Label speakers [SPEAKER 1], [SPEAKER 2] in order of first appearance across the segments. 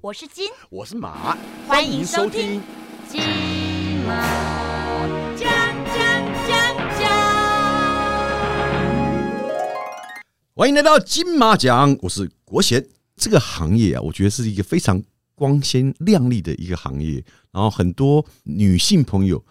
[SPEAKER 1] 我是金，
[SPEAKER 2] 我是马，
[SPEAKER 1] 欢迎收听。金马奖奖奖奖。
[SPEAKER 2] 欢迎来到金马奖，我是国贤。这个行业啊，我觉得是一个非常光鲜亮丽的一个行业，然后很多女性朋友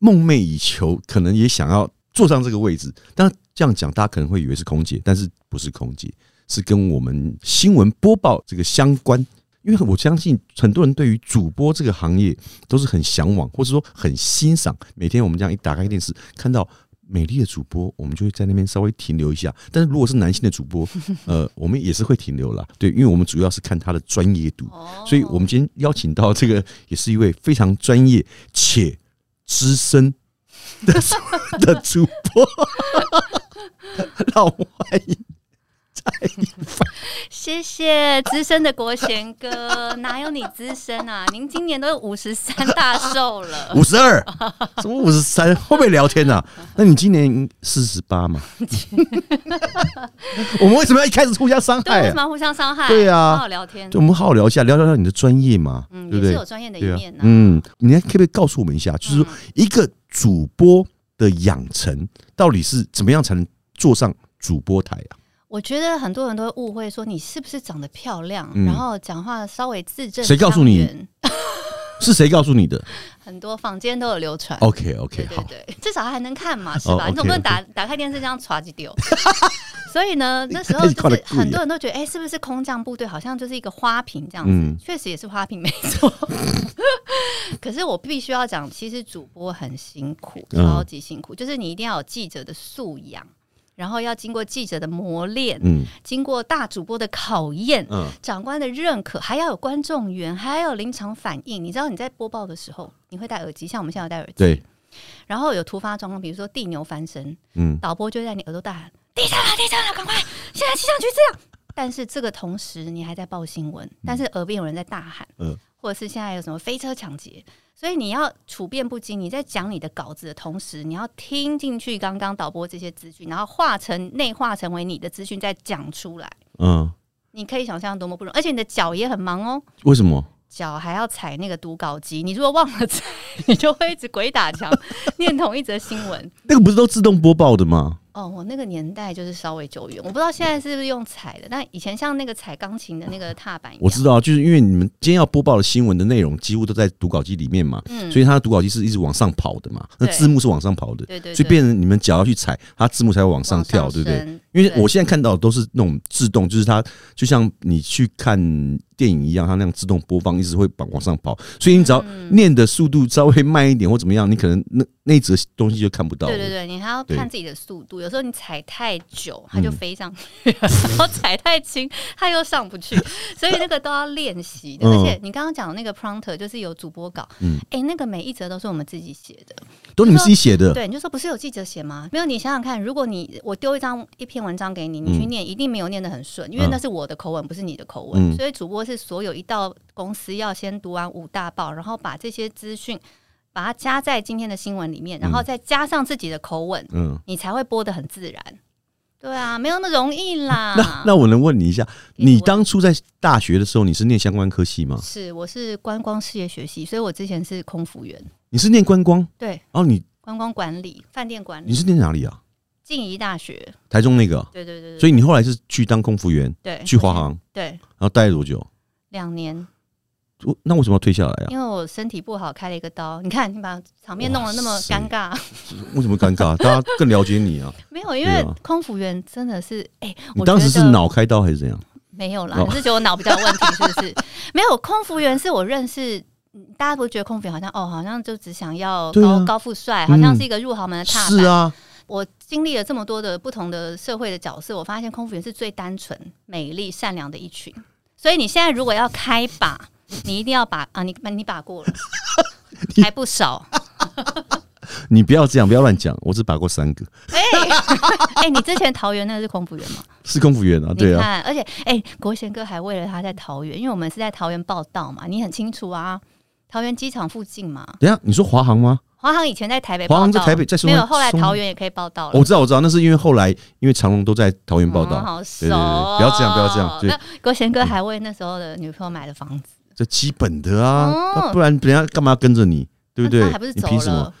[SPEAKER 2] 梦寐以求，可能也想要坐上这个位置。但这样讲，大家可能会以为是空姐，但是不是空姐，是跟我们新闻播报这个相关。因为我相信很多人对于主播这个行业都是很向往，或者说很欣赏。每天我们这样一打开电视，看到美丽的主播，我们就会在那边稍微停留一下。但是如果是男性的主播，呃，我们也是会停留啦。对，因为我们主要是看他的专业度，
[SPEAKER 1] 哦
[SPEAKER 2] 所以我们今天邀请到这个也是一位非常专业且资深的主 的主播，让我们欢迎
[SPEAKER 3] 谢谢资深的国贤哥，哪有你资深啊？您今年都五十三大寿 了，
[SPEAKER 2] 五十二，什么五十三？会不会聊天 啊？那你今年四十八嘛？我们为什么要一开始互相伤
[SPEAKER 3] 对，为
[SPEAKER 2] 害、
[SPEAKER 3] 什
[SPEAKER 2] 啊？
[SPEAKER 3] 么要互相伤害？
[SPEAKER 2] 对啊
[SPEAKER 3] 好好聊天
[SPEAKER 2] 就，我们好好聊一下，聊聊聊你的专业嘛，
[SPEAKER 3] 嗯，
[SPEAKER 2] 对
[SPEAKER 3] 也
[SPEAKER 2] 不
[SPEAKER 3] 是
[SPEAKER 2] 对
[SPEAKER 3] 有？专业的一
[SPEAKER 2] 对啊
[SPEAKER 3] 面，嗯呢、
[SPEAKER 2] 嗯，你还可不可以告诉我们一下，就是说一个主播的养成到底是怎么样才能坐上主播台啊？
[SPEAKER 3] 我觉得很多人都会误会说你是不是长得漂亮，
[SPEAKER 2] 嗯
[SPEAKER 3] 然后讲话稍微字正。
[SPEAKER 2] 谁告诉你？是谁告诉你 的
[SPEAKER 3] 很多坊间都有流传。
[SPEAKER 2] ？OK OK，
[SPEAKER 3] 对对
[SPEAKER 2] 好，
[SPEAKER 3] 对，至少还能看嘛， 是
[SPEAKER 2] 哦
[SPEAKER 3] 吧？你总不
[SPEAKER 2] OK，
[SPEAKER 3] 能打打开电视这样歘就 丢。所以呢，那时候
[SPEAKER 2] 你看
[SPEAKER 3] 就
[SPEAKER 2] 得
[SPEAKER 3] 是
[SPEAKER 2] 过瘾
[SPEAKER 3] 很多人都觉得，哎、是不是空降部队好像就是一个花瓶这样子？
[SPEAKER 2] 嗯
[SPEAKER 3] 确实也是花瓶，没错。 可是我必须要讲，其实主播很辛苦，
[SPEAKER 2] 嗯
[SPEAKER 3] 超级辛苦，就是你一定要有记者的素养，然后要经过记者的磨练，
[SPEAKER 2] 嗯
[SPEAKER 3] 经过大主播的考验，
[SPEAKER 2] 嗯，
[SPEAKER 3] 长官的认可，还要有观众缘，还要有临场反应。你知道你在播报的时候，你会戴耳机，像我们现在有戴耳机，
[SPEAKER 2] 对，
[SPEAKER 3] 然后有突发状况，比如说地牛翻身，
[SPEAKER 2] 嗯
[SPEAKER 3] 导播就在你耳朵大喊：“地震了，地震了，赶快！现在气象局这样。”但是这个同时，你还在报新闻，但是耳边有人在大喊，
[SPEAKER 2] 嗯
[SPEAKER 3] 或者是现在有什么飞车抢劫，所以你要处变不惊。你在讲你的稿子的同时，你要听进去刚刚导播这些资讯，然后化成内化成为你的资讯再讲出来。
[SPEAKER 2] 嗯，
[SPEAKER 3] 你可以想象多么不容易，而且你的脚也很忙哦，
[SPEAKER 2] 为什么？
[SPEAKER 3] 脚还要踩那个读稿机。你如果忘了踩，你就会一直鬼打墙，念同一则新闻。
[SPEAKER 2] 那个不是都自动播报的吗？
[SPEAKER 3] 哦，我那个年代就是稍微久远，我不知道现在是不是用踩的，但以前像那个踩钢琴的那个踏板一样，
[SPEAKER 2] 我知道，就是因为你们今天要播报的新闻的内容几乎都在读稿机里面嘛，
[SPEAKER 3] 嗯
[SPEAKER 2] 所以它的读稿机是一直往上跑的嘛，那
[SPEAKER 3] 对
[SPEAKER 2] 字幕是往上跑的，
[SPEAKER 3] 对对对
[SPEAKER 2] 所以变成你们脚要去踩，它字幕才会往上跳，对不对？
[SPEAKER 3] 对？
[SPEAKER 2] 因为
[SPEAKER 3] 对
[SPEAKER 2] 我现在看到的都是那种自动，就是它就像你去看电影一样，它那样自动播放，一直会往往上跑，所以你只要
[SPEAKER 3] 嗯
[SPEAKER 2] 念的速度稍微慢一点或怎么样，你可能那那一则东西就看不到了。
[SPEAKER 3] 对对对，你还要
[SPEAKER 2] 对嗯
[SPEAKER 3] 看自己的速度，有时候你踩太久，它就飞上去了； 然后踩太轻，它又上不去，所以那个都要练习的。
[SPEAKER 2] 嗯
[SPEAKER 3] 而且你刚刚讲的那个 prompter 就是有主播稿，
[SPEAKER 2] 嗯
[SPEAKER 3] 哎、那个每一则都是我们自己写的，
[SPEAKER 2] 都你们自己写的，
[SPEAKER 3] 对，你就说不是有记者写吗？没有，你想想看，如果你我丢一张一篇文章给你，你去念，一定没有念得很顺，因为
[SPEAKER 2] 嗯
[SPEAKER 3] 那是我的口吻，不是你的口吻。
[SPEAKER 2] 嗯
[SPEAKER 3] 所以主播是所有一到公司要先读完五大报，然后把这些资讯把它加在今天的新闻里面，然后再加上自己的口吻，
[SPEAKER 2] 嗯。
[SPEAKER 3] 你才会播得很自然。对啊，没有那么容易啦。
[SPEAKER 2] 那那我能问你一下，
[SPEAKER 3] 给啊你
[SPEAKER 2] 你
[SPEAKER 3] 问
[SPEAKER 2] 当初在大学的时候，你是念相关科系吗？
[SPEAKER 3] 是我是观光事业学系，所以我之前是空服员，
[SPEAKER 2] 你是念观光？
[SPEAKER 3] 对，
[SPEAKER 2] 哦，你
[SPEAKER 3] 观光管理、饭店管
[SPEAKER 2] 你
[SPEAKER 3] 理，
[SPEAKER 2] 是念哪里啊？
[SPEAKER 3] 静宜大学。
[SPEAKER 2] 台中那个啊，
[SPEAKER 3] 对对对对，
[SPEAKER 2] 所以你后来是去当空服员，
[SPEAKER 3] 对
[SPEAKER 2] 去华航，
[SPEAKER 3] 对
[SPEAKER 2] 然后待了多久？
[SPEAKER 3] 两年。
[SPEAKER 2] 啊我那为什么要退下来啊？
[SPEAKER 3] 因为我身体不好，开了一个刀。你看，你把场面弄得那么
[SPEAKER 2] 哇塞
[SPEAKER 3] 尴尬，
[SPEAKER 2] 为什么尴尬？大家更了解你啊！
[SPEAKER 3] 没有，因
[SPEAKER 2] 对
[SPEAKER 3] 为
[SPEAKER 2] 啊
[SPEAKER 3] 空服员真的是，哎、
[SPEAKER 2] 你
[SPEAKER 3] 我
[SPEAKER 2] 当时
[SPEAKER 3] 觉
[SPEAKER 2] 是
[SPEAKER 3] 得
[SPEAKER 2] 脑开刀还是怎样？
[SPEAKER 3] 没有啦，
[SPEAKER 2] 哦
[SPEAKER 3] 你是觉得我脑比较有问题是不是？ 没有，空服员是我认识。嗯大家不觉得空服员好像哦，好像就只想要
[SPEAKER 2] 对
[SPEAKER 3] 高、
[SPEAKER 2] 啊
[SPEAKER 3] 高富帅，
[SPEAKER 2] 嗯
[SPEAKER 3] 好像是一个入豪门的踏板。
[SPEAKER 2] 是啊，
[SPEAKER 3] 我经历了这么多的不同的社会的角色，我发现空服员是最单纯、美丽、善良的一群。所以你现在如果要开把，你一定要把啊，你你把过 了，还不少。
[SPEAKER 2] 你不要这样，不要乱讲。我只把 过三个，
[SPEAKER 3] 哎、哎、你之前桃园那个是空服员吗？
[SPEAKER 2] 是空服员啊，对
[SPEAKER 3] 你
[SPEAKER 2] 啊，
[SPEAKER 3] 看，而且哎、国贤哥还为了他在桃园，因为我们是在桃园报道嘛，你很清楚啊，桃园机场附近嘛。
[SPEAKER 2] 等一下你说华航吗？
[SPEAKER 3] 华航以前在台北报道，
[SPEAKER 2] 华航哦在台北在松
[SPEAKER 3] 没有，
[SPEAKER 2] 山
[SPEAKER 3] 后来
[SPEAKER 2] 松
[SPEAKER 3] 桃园也可以报道了。
[SPEAKER 2] 我知道，我知道，那是因为后来因为长隆都在桃园报
[SPEAKER 3] 嗯
[SPEAKER 2] 道，
[SPEAKER 3] 好熟
[SPEAKER 2] 对对
[SPEAKER 3] 哦哦、
[SPEAKER 2] 对不要这样不要这样对
[SPEAKER 3] 那国贤哥还为那时候的女朋友买了房子，
[SPEAKER 2] 这基本的啊，
[SPEAKER 3] 哦
[SPEAKER 2] 那不然人家干嘛跟着你，对不对
[SPEAKER 3] 那他还不是？
[SPEAKER 2] 你
[SPEAKER 3] 走
[SPEAKER 2] 凭什么
[SPEAKER 3] 了？？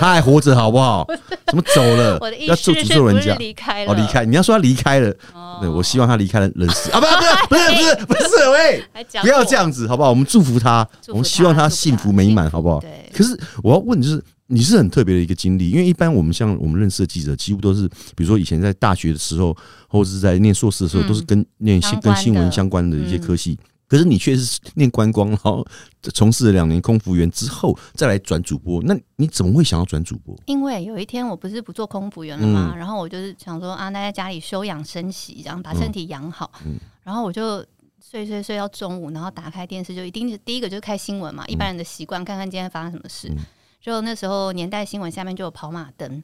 [SPEAKER 2] 他还活着好不 好？怎么走了
[SPEAKER 3] 我的？意
[SPEAKER 2] 要
[SPEAKER 3] 思
[SPEAKER 2] 咒
[SPEAKER 3] 是
[SPEAKER 2] 诅
[SPEAKER 3] 是
[SPEAKER 2] 咒
[SPEAKER 3] 不
[SPEAKER 2] 人
[SPEAKER 3] 是
[SPEAKER 2] 家
[SPEAKER 3] 离开了？
[SPEAKER 2] 哦，离。开！你要说他离开了，
[SPEAKER 3] 哦
[SPEAKER 2] 对我希望他离开了人世啊，不 不是不是不是不是，喂，
[SPEAKER 3] 还讲
[SPEAKER 2] 不要
[SPEAKER 3] 我
[SPEAKER 2] 这。样子，好不好？我们祝福他，
[SPEAKER 3] 祝福他
[SPEAKER 2] 我们希望他
[SPEAKER 3] 祝福他
[SPEAKER 2] 幸福美满，好不好？
[SPEAKER 3] 对，
[SPEAKER 2] 可是我要问，就是你是很特别的一个经历，因为一般我们像我们认识的记者，几乎都是比如说以前在大学的时候，或者是在念硕士的时候，
[SPEAKER 3] 嗯
[SPEAKER 2] 都是跟念新
[SPEAKER 3] 相
[SPEAKER 2] 跟
[SPEAKER 3] 关的嗯
[SPEAKER 2] 新闻相关的一些科系。可是你却是念观光，然后从事了两年空服员之后，再来转主播，那你怎么会想要转主播？
[SPEAKER 3] 因为有一天我不是不做空服员了嘛，
[SPEAKER 2] 嗯
[SPEAKER 3] 然后我就是想说啊，那在家里休养生息，然后把
[SPEAKER 2] 嗯
[SPEAKER 3] 身体养好，
[SPEAKER 2] 嗯
[SPEAKER 3] 然后我就。睡睡睡到中午，然后打开电视就一定是第一个就是开新闻嘛，一般人的习惯，看看今天发生什么事
[SPEAKER 2] 嗯。
[SPEAKER 3] 就那时候年代新闻下面就有跑马灯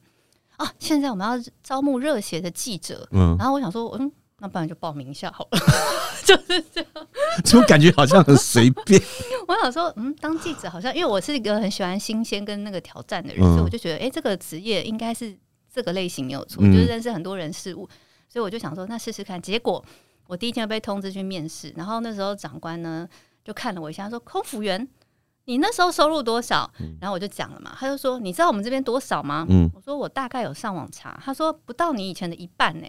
[SPEAKER 3] 啊，现在我们要招募热血的记者，
[SPEAKER 2] 嗯，
[SPEAKER 3] 然后我想说，嗯，那不然就报名一下好了。
[SPEAKER 2] 怎么感觉好像很随便？
[SPEAKER 3] 我想说，嗯，当记者好像，因为我是一个很喜欢新鲜跟那个挑战的人，
[SPEAKER 2] 嗯
[SPEAKER 3] 所以我就觉得，哎、这个职业应该是这个类型没有错，
[SPEAKER 2] 嗯
[SPEAKER 3] 就是认识很多人事物，所以我就想说，那试试看。结果我第一天被通知去面试，然后那时候长官呢就看了我一下，说空服员，你那时候收入多少？然后我就讲了嘛，他就说，你知道我们这边多少吗？
[SPEAKER 2] 嗯，
[SPEAKER 3] 我说我大概有上网查，他说不到你以前的一半呢、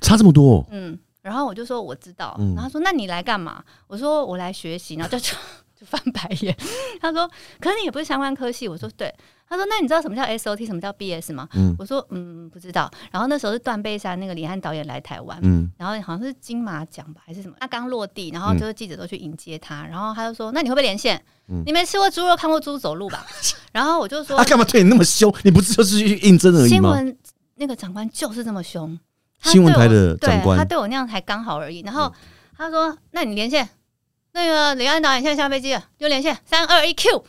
[SPEAKER 2] 差这么多哦、
[SPEAKER 3] 嗯，然后我就说我知道，
[SPEAKER 2] 嗯
[SPEAKER 3] 然后他说那你来干嘛？我说我来学习，然后就 就翻白眼。 他说可是你也不是相关科系，我说对。他说那你知道什么叫 SOT，什么叫 BS 吗？
[SPEAKER 2] 嗯
[SPEAKER 3] 我说嗯不知道。然后那时候是断背山那个李安导演来台湾，
[SPEAKER 2] 嗯
[SPEAKER 3] 然后好像是金马奖吧还是什么，他刚落地，然后就是记者都去迎接他，然后他就说那你会不会连线？
[SPEAKER 2] 嗯
[SPEAKER 3] 你没吃过猪肉，看过猪走路吧？ 然后我就说
[SPEAKER 2] 他干嘛对你那么凶？你不是就是去应征而已
[SPEAKER 3] 新
[SPEAKER 2] 吗？
[SPEAKER 3] 闻那个长官就是这么凶，他
[SPEAKER 2] 新闻
[SPEAKER 3] 对
[SPEAKER 2] 台
[SPEAKER 3] 我
[SPEAKER 2] 的
[SPEAKER 3] 对
[SPEAKER 2] 长官嗯
[SPEAKER 3] 他对我那样才刚好而已。然后他说：“那你连线，那个李安导演现在下飞机了，就连线三二一 Q。”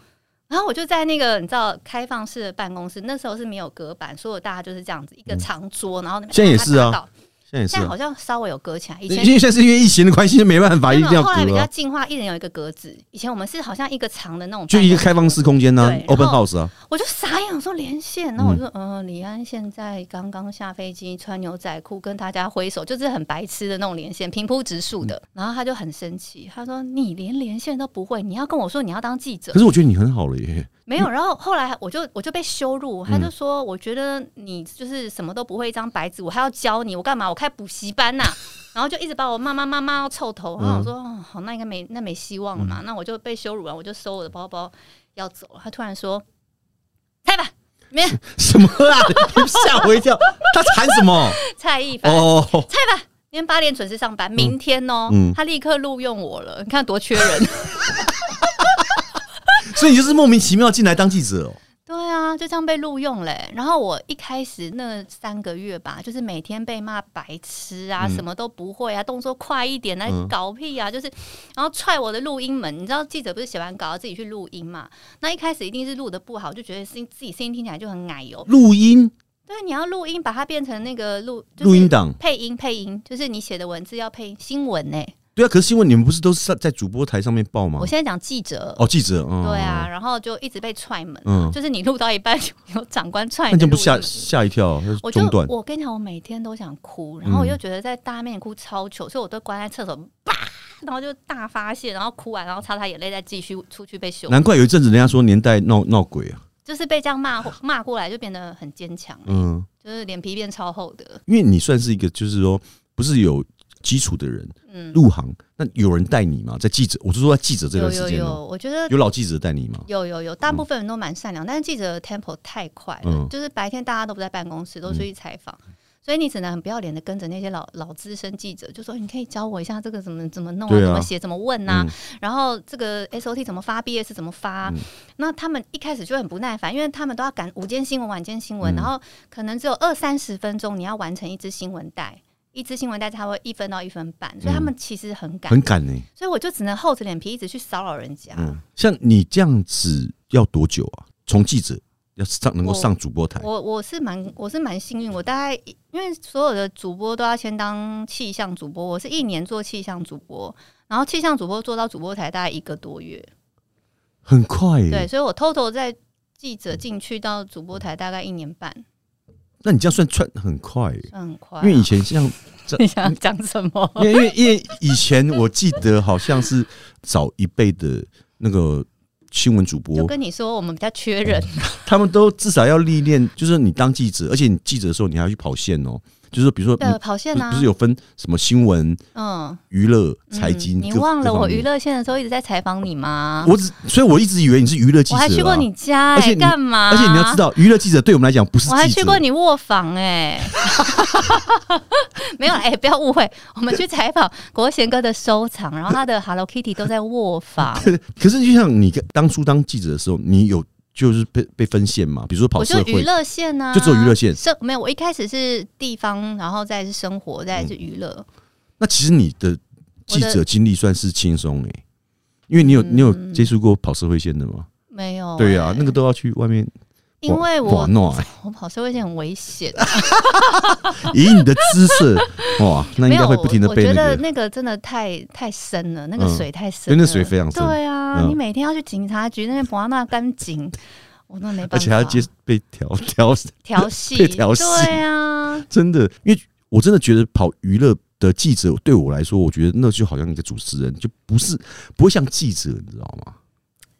[SPEAKER 3] 然后我就在那个你知道开放式的办公室，那时候是没有隔板，所有大家就是这样子一个长桌，然后那边
[SPEAKER 2] 嗯现在也
[SPEAKER 3] 大家
[SPEAKER 2] 是啊
[SPEAKER 3] 打到，
[SPEAKER 2] 现在也是
[SPEAKER 3] 现在
[SPEAKER 2] 啊、
[SPEAKER 3] 好像稍微有隔起来，以
[SPEAKER 2] 因
[SPEAKER 3] 前
[SPEAKER 2] 为现在是因为疫情的关系，没办法，一
[SPEAKER 3] 没有
[SPEAKER 2] 定要
[SPEAKER 3] 后来比
[SPEAKER 2] 隔、
[SPEAKER 3] 较
[SPEAKER 2] 啊，
[SPEAKER 3] 进化，一人有一个格子。以前我们是好像一个长的那种，
[SPEAKER 2] 就一个开放式空间呢、
[SPEAKER 3] 对然后
[SPEAKER 2] o p e n house 啊，
[SPEAKER 3] 我就傻眼，我说连线，然后我就说，呃，李安现在刚刚下飞机，穿牛仔裤跟大家挥手，就是很白痴的那种连线，平铺直述的。然后他就很生气，他说你连连线都不会，你要跟我说你要当记者
[SPEAKER 2] 可，是我觉得你很好了耶，
[SPEAKER 3] 没有。然后后来我就我就被羞辱，他
[SPEAKER 2] 嗯
[SPEAKER 3] 就说，我觉得你就是什么都不会，一张白纸，我还要教你，我干嘛？我开补习班呐、然后就一直把我骂骂骂骂到臭头，
[SPEAKER 2] 嗯
[SPEAKER 3] 然后我说、哦、好，那应该没那没希望了嘛，那我就被羞辱完，我就收我的包包要走了。他突然说，猜吧。没有，
[SPEAKER 2] 什么啊？你吓我一跳，他喊 什么？
[SPEAKER 3] 蔡一凡，
[SPEAKER 2] 哦，
[SPEAKER 3] 蔡一凡，今天八点准时上班，明天哦，
[SPEAKER 2] 嗯
[SPEAKER 3] 他立刻录用我了，你看多缺人。
[SPEAKER 2] 所以你就是莫名其妙进来当记者哦，
[SPEAKER 3] 对啊，就这样被录用嘞、然后我一开始那三个月吧，就是每天被骂白痴啊，
[SPEAKER 2] 嗯
[SPEAKER 3] 什么都不会啊，动作快一点啊，
[SPEAKER 2] 嗯
[SPEAKER 3] 搞屁啊，就是，然后踹我的录音门。你知道记者不是写完稿要自己去录音嘛？那一开始一定是录的不好，就觉得声自己声音听起来就很奶油。
[SPEAKER 2] 录音
[SPEAKER 3] 对，啊你要录音，把它变成那个录
[SPEAKER 2] 录音档，
[SPEAKER 3] 配音配音，就是你写的文字要配音新闻呢、
[SPEAKER 2] 对啊。可是新闻你们不是都是在在主播台上面报吗
[SPEAKER 3] 我？现在讲记者，
[SPEAKER 2] 哦，记者，哦、
[SPEAKER 3] 对啊，，然后就一直被踹门，啊
[SPEAKER 2] 嗯
[SPEAKER 3] 就是你录到一半 有长官踹你
[SPEAKER 2] 那这
[SPEAKER 3] 的
[SPEAKER 2] 样不
[SPEAKER 3] 录音门，
[SPEAKER 2] 吓吓一跳，
[SPEAKER 3] 我就
[SPEAKER 2] 中断。
[SPEAKER 3] 我跟你讲，我每天都想哭，然后我
[SPEAKER 2] 嗯
[SPEAKER 3] 又觉得在大面前哭超糗，所以我都关在厕所，叭，然后就大发泄，然后哭完，然后擦擦眼泪，再继续出去被羞，
[SPEAKER 2] 难怪有一阵子人家说年代闹闹鬼啊，
[SPEAKER 3] 就是被这样骂骂过来，就变得很坚强，
[SPEAKER 2] 嗯，
[SPEAKER 3] 就是脸皮变超厚的，
[SPEAKER 2] 因为你算是一个就是说不是有基础的人
[SPEAKER 3] 嗯，
[SPEAKER 2] 入行，那有人带你吗？在记者，我是说在记者这
[SPEAKER 3] 有
[SPEAKER 2] 段时
[SPEAKER 3] 有
[SPEAKER 2] 间哦，
[SPEAKER 3] 有，我觉得
[SPEAKER 2] 有嗯老记者带你吗？
[SPEAKER 3] 有有有，大部分人都蛮善良，但是记者的 tempo 太快了，
[SPEAKER 2] 嗯
[SPEAKER 3] 就是白天大家都不在办公室，都出去采访。所以你只能很不要脸的跟着那些老老资深记者，就说你可以教我一下这个怎么怎么弄啊，
[SPEAKER 2] 对啊
[SPEAKER 3] 怎么写，怎么问呐、然后这个 SOT 怎么发，BS 怎么发啊、
[SPEAKER 2] 嗯
[SPEAKER 3] 那他们一开始就很不耐烦，因为他们都要赶午间新闻、晚间新闻，
[SPEAKER 2] 嗯
[SPEAKER 3] 然后可能只有二三十分钟，你要完成一支新闻带，一支新闻带差不多一分到一分半，所以他们其实很赶，
[SPEAKER 2] 嗯很赶呢、
[SPEAKER 3] 所以我就只能厚着脸皮一直去骚扰人家。
[SPEAKER 2] 嗯，像你这样子要多久啊？从记者要上能够
[SPEAKER 3] 我
[SPEAKER 2] 上主播台，
[SPEAKER 3] 我我是蛮我是蛮幸运，我大概一因为所有的主播都要先当气象主播，我是一年做气象主播，然后气象主播做到主播台大概一个多月，
[SPEAKER 2] 很快耶、欸
[SPEAKER 3] 对，所以我偷偷在记者进去到主播台大概一年半，
[SPEAKER 2] 那你这样算窜很快耶，欸
[SPEAKER 3] 算很快啊、
[SPEAKER 2] 因为以前像
[SPEAKER 3] 你想讲什么？
[SPEAKER 2] 因为因为因为以前我记得好像是早一辈的那个新闻主
[SPEAKER 3] 就
[SPEAKER 2] 播，
[SPEAKER 3] 跟你说，我们比较缺人，
[SPEAKER 2] 他们都至少要历练，就是你当记者，而且你记者的时候你还要去跑线哦，就是比如说
[SPEAKER 3] 对，
[SPEAKER 2] 你
[SPEAKER 3] 跑线
[SPEAKER 2] 不是
[SPEAKER 3] 啊
[SPEAKER 2] 不，是有分什么新闻、
[SPEAKER 3] 嗯，
[SPEAKER 2] 娱乐、
[SPEAKER 3] 嗯
[SPEAKER 2] 财经，
[SPEAKER 3] 你
[SPEAKER 2] 各
[SPEAKER 3] 忘了
[SPEAKER 2] 各方
[SPEAKER 3] 我
[SPEAKER 2] 面
[SPEAKER 3] 娱乐线的时候一直在采访你吗？
[SPEAKER 2] 我只所以我一直以为你是娱乐记者
[SPEAKER 3] 我
[SPEAKER 2] 啊，
[SPEAKER 3] 还去过你家、
[SPEAKER 2] 而且
[SPEAKER 3] 哎，
[SPEAKER 2] 你
[SPEAKER 3] 干嘛？
[SPEAKER 2] 而且你要知，道，娱乐记者对我们来讲不是记
[SPEAKER 3] 我
[SPEAKER 2] 者，
[SPEAKER 3] 还去过你卧房、 哎，没有啦，哎、不要误会，我们去采访国贤哥的收藏，然后他的 Hello Kitty 都在卧房。
[SPEAKER 2] 可可是就像你跟当初当记者的时候，你有就是被被分线嘛，比如说跑
[SPEAKER 3] 我
[SPEAKER 2] 社
[SPEAKER 3] 就娱
[SPEAKER 2] 会，
[SPEAKER 3] 乐线呢、啊，
[SPEAKER 2] 就只有娱乐线
[SPEAKER 3] 生没有，我一开始是地方，然后再是生活，再
[SPEAKER 2] 嗯
[SPEAKER 3] 是娱乐。
[SPEAKER 2] 那其实你的记
[SPEAKER 3] 我
[SPEAKER 2] 者经历算是轻松诶，因为你有你有接触过跑社会线的吗？
[SPEAKER 3] 没嗯有、
[SPEAKER 2] 对啊呀、
[SPEAKER 3] 哎
[SPEAKER 2] 那个都要去外面
[SPEAKER 3] 因为
[SPEAKER 2] 玩
[SPEAKER 3] 我
[SPEAKER 2] 弄啊，
[SPEAKER 3] 我跑社会线很危险，啊
[SPEAKER 2] 以你的姿 色哇，那应
[SPEAKER 3] 没
[SPEAKER 2] 该
[SPEAKER 3] 有，
[SPEAKER 2] 会不停的
[SPEAKER 3] 我
[SPEAKER 2] 被
[SPEAKER 3] 觉
[SPEAKER 2] 那
[SPEAKER 3] 得
[SPEAKER 2] 个。
[SPEAKER 3] 那个真的太太深了，那个
[SPEAKER 2] 嗯
[SPEAKER 3] 水太深
[SPEAKER 2] 对
[SPEAKER 3] 了，
[SPEAKER 2] 那水非常深
[SPEAKER 3] 对啊，
[SPEAKER 2] 嗯
[SPEAKER 3] 你每天要去警察局那边拔那干净，我那没办法，
[SPEAKER 2] 而且还要接被调 调，
[SPEAKER 3] 调戏，
[SPEAKER 2] 被调戏
[SPEAKER 3] 对啊，
[SPEAKER 2] 真的，因为我真的觉得跑娱乐的记者对我来说，我觉得那就好像一个主持人，就不是不会像记者，你知道吗？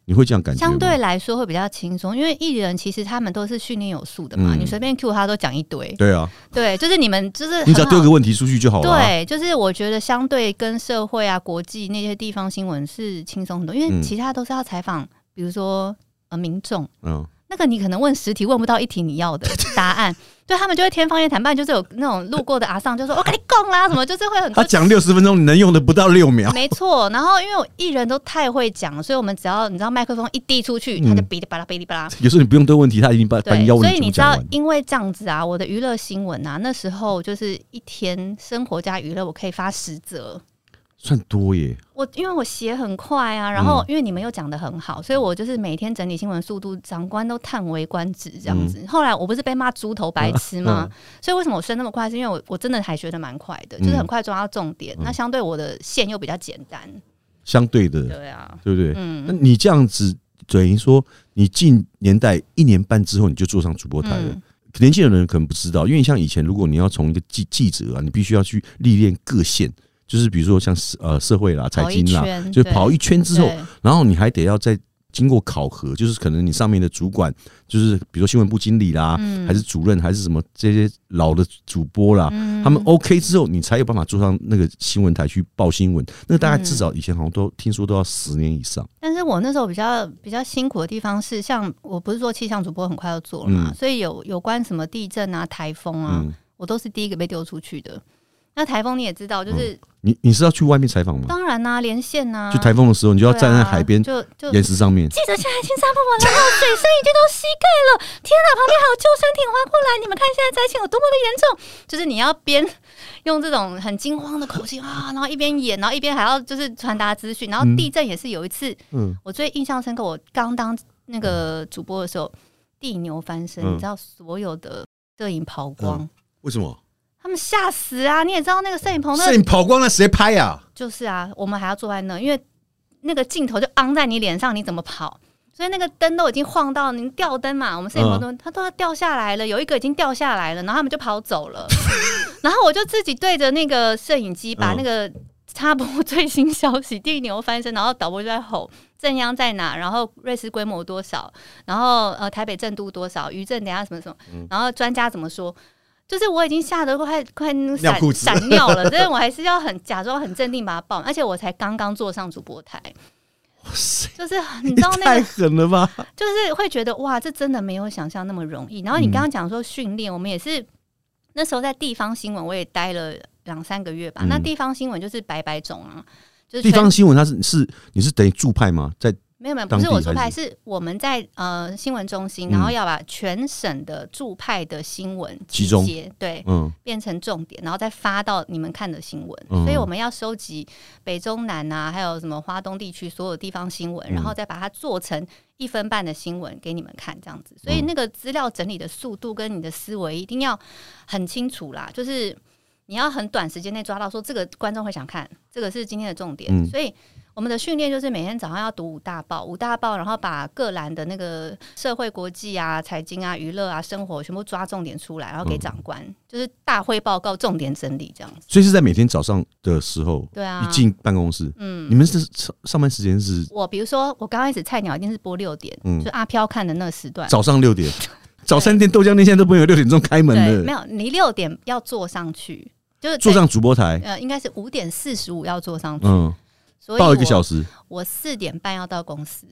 [SPEAKER 2] 你会这样感觉吗？
[SPEAKER 3] 相对来说会比较轻松，因为艺人其实他们都是训练有素的嘛，
[SPEAKER 2] 嗯
[SPEAKER 3] 你随便 Q 他都讲一堆，
[SPEAKER 2] 对啊，
[SPEAKER 3] 对，就是你们就是
[SPEAKER 2] 你只
[SPEAKER 3] 很
[SPEAKER 2] 要
[SPEAKER 3] 好
[SPEAKER 2] 丢个问题出去就好了啊、
[SPEAKER 3] 对，就是我觉得相对跟社会啊、国际那些地方新闻是轻松很多，因
[SPEAKER 2] 嗯
[SPEAKER 3] 为其他都是要采访，比如说呃民众，
[SPEAKER 2] 嗯，
[SPEAKER 3] 那个你可能问十题问不到一题你要的 答案，对他们就会天方夜谭，不然就是有那种路过的阿尚就说我跟你讲啦，什么就是会很
[SPEAKER 2] 他
[SPEAKER 3] 多。
[SPEAKER 2] 讲六十分钟，你能用的不到六秒。
[SPEAKER 3] 没错，然后因为我艺人都太会讲了，所以我们只要你知道麦克风一递出去，他就
[SPEAKER 2] 嗯
[SPEAKER 3] 哔哩吧啦哔哩吧啦，
[SPEAKER 2] 有时候你不用对问题，他已经把把
[SPEAKER 3] 对
[SPEAKER 2] 你，要问
[SPEAKER 3] 所
[SPEAKER 2] 题
[SPEAKER 3] 以
[SPEAKER 2] 全部
[SPEAKER 3] 你知
[SPEAKER 2] 讲
[SPEAKER 3] 道
[SPEAKER 2] 完，。
[SPEAKER 3] 因为这样子啊，我的娱乐新闻啊，那时候就是一天生活加娱乐，我可以发十则，
[SPEAKER 2] 算多耶，
[SPEAKER 3] 我因为我写很快啊，然后
[SPEAKER 2] 嗯
[SPEAKER 3] 因为你们又讲的很好，所以我就是每天整理新闻速度，长官都叹为观止这样子。后来我不是被骂猪头白痴吗？
[SPEAKER 2] 嗯
[SPEAKER 3] 所以为什么我升那么快？是因为我我真的还学的蛮快的，就是很快抓到重点。那相对我的线又比较简单，
[SPEAKER 2] 相对的，
[SPEAKER 3] 对啊，
[SPEAKER 2] 对不对？那
[SPEAKER 3] 嗯，
[SPEAKER 2] 你这样子等于说，你进年代一年半之后，你就坐上主播台了。
[SPEAKER 3] 嗯
[SPEAKER 2] 年轻的人可能不知道，因为像以前，如果你要从一个记记者啊，你必须要去历练各线，就是比如说像社呃社会啦、财
[SPEAKER 3] 跑一
[SPEAKER 2] 经啦，
[SPEAKER 3] 圈
[SPEAKER 2] 就
[SPEAKER 3] 对
[SPEAKER 2] 跑一圈之后，
[SPEAKER 3] 对
[SPEAKER 2] 然后你还得要再经过考核，就是可能你上面的主管，就是比如说新闻部经理啦，
[SPEAKER 3] 嗯
[SPEAKER 2] 还是主任，还是什么这些老的主播啦，
[SPEAKER 3] 嗯
[SPEAKER 2] 他们 OK 之后，你才有办法坐上那个新闻台去报新闻。那个大概至少以前好像都听说都要十年以上。
[SPEAKER 3] 但是我那时候比较比较辛苦的地方是，像我不是做气象主播，很快要做了嘛，
[SPEAKER 2] 嗯
[SPEAKER 3] 所以有有关什么地震啊、台风啊，
[SPEAKER 2] 嗯，
[SPEAKER 3] 我都是第一个被丢出去的。那台风你也知道，就是、
[SPEAKER 2] 你你是要去外面采访吗？
[SPEAKER 3] 当然啦、连线呐、啊，
[SPEAKER 2] 嗯就台风的时候，你就要
[SPEAKER 3] 对啊
[SPEAKER 2] 站在海边
[SPEAKER 3] 就就
[SPEAKER 2] 岩石上面。
[SPEAKER 3] 记者现在已经上不完了，然后水深已经到膝盖了，天哪，旁边还有救生艇划过来，你们看现在灾情有多么的严重，就是你要边用这种很惊慌的口气啊，然后一边演，然后一边还要就是传达资讯，然后地震也是有一次，
[SPEAKER 2] 嗯
[SPEAKER 3] 我最印象深刻，我刚当那个主播的时候，地牛翻身，
[SPEAKER 2] 嗯
[SPEAKER 3] 你知道所有的摄影跑光。
[SPEAKER 2] 嗯为什么？
[SPEAKER 3] 他们吓死啊！你也知道那个摄影棚，那个
[SPEAKER 2] 影跑光了，谁拍呀？
[SPEAKER 3] 就是啊，我们还要坐在那，因为那个镜头就昂在你脸上，你怎么跑？所以那个灯都已经晃到，你吊灯嘛，我们摄影棚都、嗯它都要掉下来了，有一个已经掉下来了，然后他们就跑走 了。然后我就自己对着那个摄影机把
[SPEAKER 2] 嗯
[SPEAKER 3] 那个插播最新消息，地牛翻身，然后导播就在吼正央在哪，然后瑞士规模多少，然后呃台北震度多少，余震等一下什么什么，
[SPEAKER 2] 嗯
[SPEAKER 3] 然后专家怎么说。就是我已经吓得快快
[SPEAKER 2] 尿裤
[SPEAKER 3] 闪
[SPEAKER 2] 子
[SPEAKER 3] 闪尿了，但是我还是要很假装很镇定把它报完，而且我才刚刚坐上主播台，
[SPEAKER 2] 哇塞，
[SPEAKER 3] 就是你
[SPEAKER 2] 你
[SPEAKER 3] 知道那
[SPEAKER 2] 太
[SPEAKER 3] 个，
[SPEAKER 2] 狠了吧！
[SPEAKER 3] 就是会觉得哇，这真的没有想象那么容易。然后你刚刚讲说训练，我们也是那时候在地方新闻，我也待了两三个月吧。
[SPEAKER 2] 嗯
[SPEAKER 3] 那地方新闻就是百百种啊，就是
[SPEAKER 2] 地
[SPEAKER 3] 全
[SPEAKER 2] 方新闻它是是你是等于驻派吗？在
[SPEAKER 3] 没有没有，不
[SPEAKER 2] 当
[SPEAKER 3] 是
[SPEAKER 2] 地
[SPEAKER 3] 我出
[SPEAKER 2] 还
[SPEAKER 3] 派，
[SPEAKER 2] 是
[SPEAKER 3] 是我们在呃新闻中心，
[SPEAKER 2] 嗯
[SPEAKER 3] 然后要把全省的驻派的新闻
[SPEAKER 2] 集中
[SPEAKER 3] 结对，
[SPEAKER 2] 嗯
[SPEAKER 3] 变成重点，然后再发到你们看的新闻。
[SPEAKER 2] 嗯
[SPEAKER 3] 所以我们要收集北中南啊，还有什么花东地区所有地方新闻，
[SPEAKER 2] 嗯
[SPEAKER 3] 然后再把它做成一分半的新闻给你们看，这样子。所以
[SPEAKER 2] 嗯
[SPEAKER 3] 那个资料整理的速度跟你的思维一定要很清楚啦，就是你要很短时间内抓到说这个观众会想看，这个是今天的重点。
[SPEAKER 2] 嗯
[SPEAKER 3] 所以我们的训练就是每天早上要读五大报，五大报，然后把各栏的那个社会、国际啊、财经啊、娱乐啊、生活全部抓重点出来，然后给长官，
[SPEAKER 2] 嗯
[SPEAKER 3] 就是大会报告重点整理这样子。
[SPEAKER 2] 所以是在每天早上的时候，
[SPEAKER 3] 对啊，
[SPEAKER 2] 一进办公室，
[SPEAKER 3] 嗯
[SPEAKER 2] 你，们是上上班时间是
[SPEAKER 3] 我比如说我刚开始菜鸟一定是播六点，
[SPEAKER 2] 嗯
[SPEAKER 3] 就阿飘看的那个时段。
[SPEAKER 2] 早上 六点，早餐店豆浆店现在都不会有六点钟开门
[SPEAKER 3] 对，没
[SPEAKER 2] 的，
[SPEAKER 3] 有，你六点要坐上去，就是
[SPEAKER 2] 坐
[SPEAKER 3] 等
[SPEAKER 2] 上主播台，
[SPEAKER 3] 呃，应该是五点四十五要坐上去，
[SPEAKER 2] 嗯，
[SPEAKER 3] 所以
[SPEAKER 2] 报一个小
[SPEAKER 3] 我
[SPEAKER 2] 时，
[SPEAKER 3] 我四点半要到公司。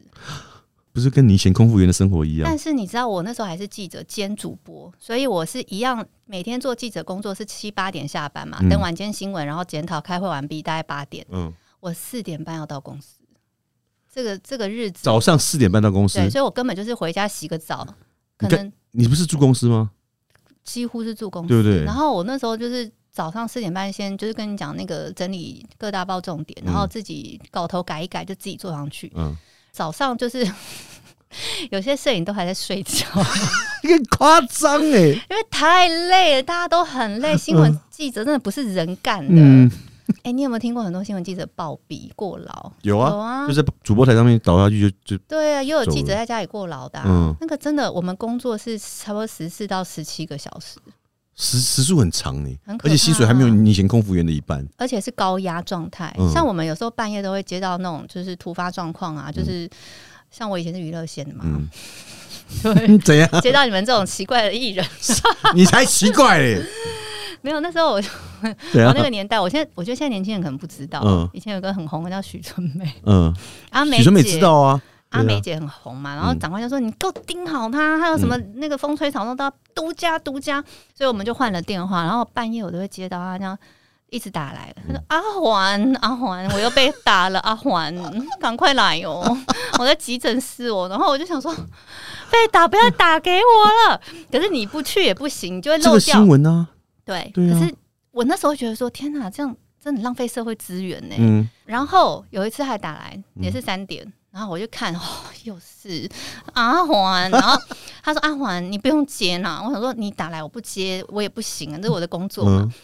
[SPEAKER 2] 不是跟你以前空服员的生活一样
[SPEAKER 3] 但，是你知道，我那时候还是记者兼主播，所以我是一样每天做记者工作，是七八点下班嘛，
[SPEAKER 2] 嗯
[SPEAKER 3] 等晚间新闻，然后检讨、开会完毕，大概八点，
[SPEAKER 2] 嗯，
[SPEAKER 3] 我四点半要到公司。这个这个日子，
[SPEAKER 2] 早上四点半到公司
[SPEAKER 3] 对，，所以我根本就是回家洗个澡，可
[SPEAKER 2] 你看
[SPEAKER 3] 能
[SPEAKER 2] 你不是住公司吗？
[SPEAKER 3] 几乎是住公司。
[SPEAKER 2] 对不对
[SPEAKER 3] 然？后我那时候就是早上四点半先就是跟你讲那个整理各大报重点，然后
[SPEAKER 2] 嗯
[SPEAKER 3] 自己稿头改一改，就自己坐上去。
[SPEAKER 2] 嗯，
[SPEAKER 3] 早上就是 有些摄影都还在睡觉，
[SPEAKER 2] 你很夸张哎，
[SPEAKER 3] 因为太累了，大家都很累。新闻记者真的不是人干的。哎、
[SPEAKER 2] 嗯，
[SPEAKER 3] 你有没有听过很多新闻记者暴毙过劳？
[SPEAKER 2] 有啊，
[SPEAKER 3] 有啊
[SPEAKER 2] 就，在主播台上面倒下去就就，
[SPEAKER 3] 对啊，也有
[SPEAKER 2] 走
[SPEAKER 3] 记者
[SPEAKER 2] 了
[SPEAKER 3] 在家里过劳的、啊。
[SPEAKER 2] 嗯，
[SPEAKER 3] 那个真的，我们工作是差不多十四到十七个小时，
[SPEAKER 2] 时时速很长呢，
[SPEAKER 3] 很可
[SPEAKER 2] 而且薪水还没有
[SPEAKER 3] 怕啊
[SPEAKER 2] 你以前空服员的一半，
[SPEAKER 3] 而且是高压状态。
[SPEAKER 2] 嗯
[SPEAKER 3] 像我们有时候半夜都会接到那种就是突发状况啊，就是像我以前是娱乐线的嘛，
[SPEAKER 2] 嗯，
[SPEAKER 3] 对，
[SPEAKER 2] 怎样？
[SPEAKER 3] 接到你们这种奇怪的艺人，
[SPEAKER 2] 你才奇怪欸啊嘞，
[SPEAKER 3] 没有。那时候我
[SPEAKER 2] 怎
[SPEAKER 3] 我
[SPEAKER 2] 样
[SPEAKER 3] 哦那？个年代，我现在我觉得现在年轻人可能不知道，
[SPEAKER 2] 嗯
[SPEAKER 3] 以前有个很红的叫许纯美，
[SPEAKER 2] 嗯，
[SPEAKER 3] 阿梅
[SPEAKER 2] 许春美
[SPEAKER 3] 姐
[SPEAKER 2] 知道啊，
[SPEAKER 3] 阿
[SPEAKER 2] 对啊
[SPEAKER 3] 梅姐很红嘛，然后
[SPEAKER 2] 嗯
[SPEAKER 3] 长官就说：“你给我盯好她，还有什么那个风吹草动都要独家独家。”所以我们就换了电话，然后半夜我都会接到啊她这样一直打来，她
[SPEAKER 2] 嗯
[SPEAKER 3] 说：“阿环，阿环，我又被打了，阿环， 赶快来哦，我在急诊室哦。”然后我就想说：“被打不要打给我了。” 可是你不去也不行，你就会
[SPEAKER 2] 这
[SPEAKER 3] 漏
[SPEAKER 2] 个新
[SPEAKER 3] 掉。
[SPEAKER 2] 闻呢，
[SPEAKER 3] 对，
[SPEAKER 2] 对啊
[SPEAKER 3] 可是我那时候觉得说：“天哪，这样真的浪费社会资源呢、
[SPEAKER 2] 嗯，
[SPEAKER 3] 然后有一次还打来，也是三点，然后我就看， 哦，又是阿环，然后他说阿环，你不用接啦。我想说你打来我不接，我也不行啊，这是我的工作嘛。
[SPEAKER 2] 嗯，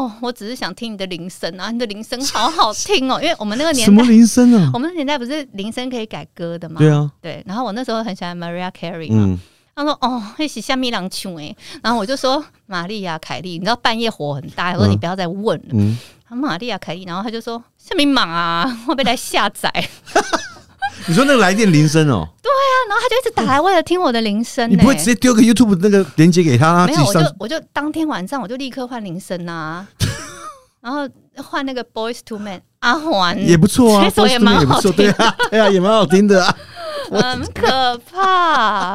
[SPEAKER 3] 哦，我只是想听你的铃声啊，你的铃声好好听 哦，因为我们那个
[SPEAKER 2] 什
[SPEAKER 3] 年代
[SPEAKER 2] 么，铃声啊
[SPEAKER 3] 我？们那个年代不是铃声可以改歌的吗？
[SPEAKER 2] 对啊，
[SPEAKER 3] 对然后我那时候很喜欢 Maria Carey 嘛，
[SPEAKER 2] 嗯，
[SPEAKER 3] 他说哦，那是下米郎唱哎，然后我就说玛丽亚凯莉，你知道半夜火很大，我说
[SPEAKER 2] 嗯
[SPEAKER 3] 你不要再问了。
[SPEAKER 2] 嗯，
[SPEAKER 3] 啊，玛丽亚凯莉，然后他就说：“下面马啊， 会被来下 载。”啊
[SPEAKER 2] 你说那个来电铃声哦，
[SPEAKER 3] 然后他就一直打来，为了听我的铃声、呢。
[SPEAKER 2] 你不会直接丢个 YouTube 那个链接给他，
[SPEAKER 3] 没
[SPEAKER 2] 自
[SPEAKER 3] 有，
[SPEAKER 2] 己
[SPEAKER 3] 我
[SPEAKER 2] 上
[SPEAKER 3] 就我就当天晚上我就立刻换铃声 啊，然后换那个 Boys to Man 阿环，
[SPEAKER 2] 也 不错啊，
[SPEAKER 3] 这嗯首也蛮好
[SPEAKER 2] 也不错，对啊， 对啊，也蛮好听的啊。
[SPEAKER 3] 很可怕。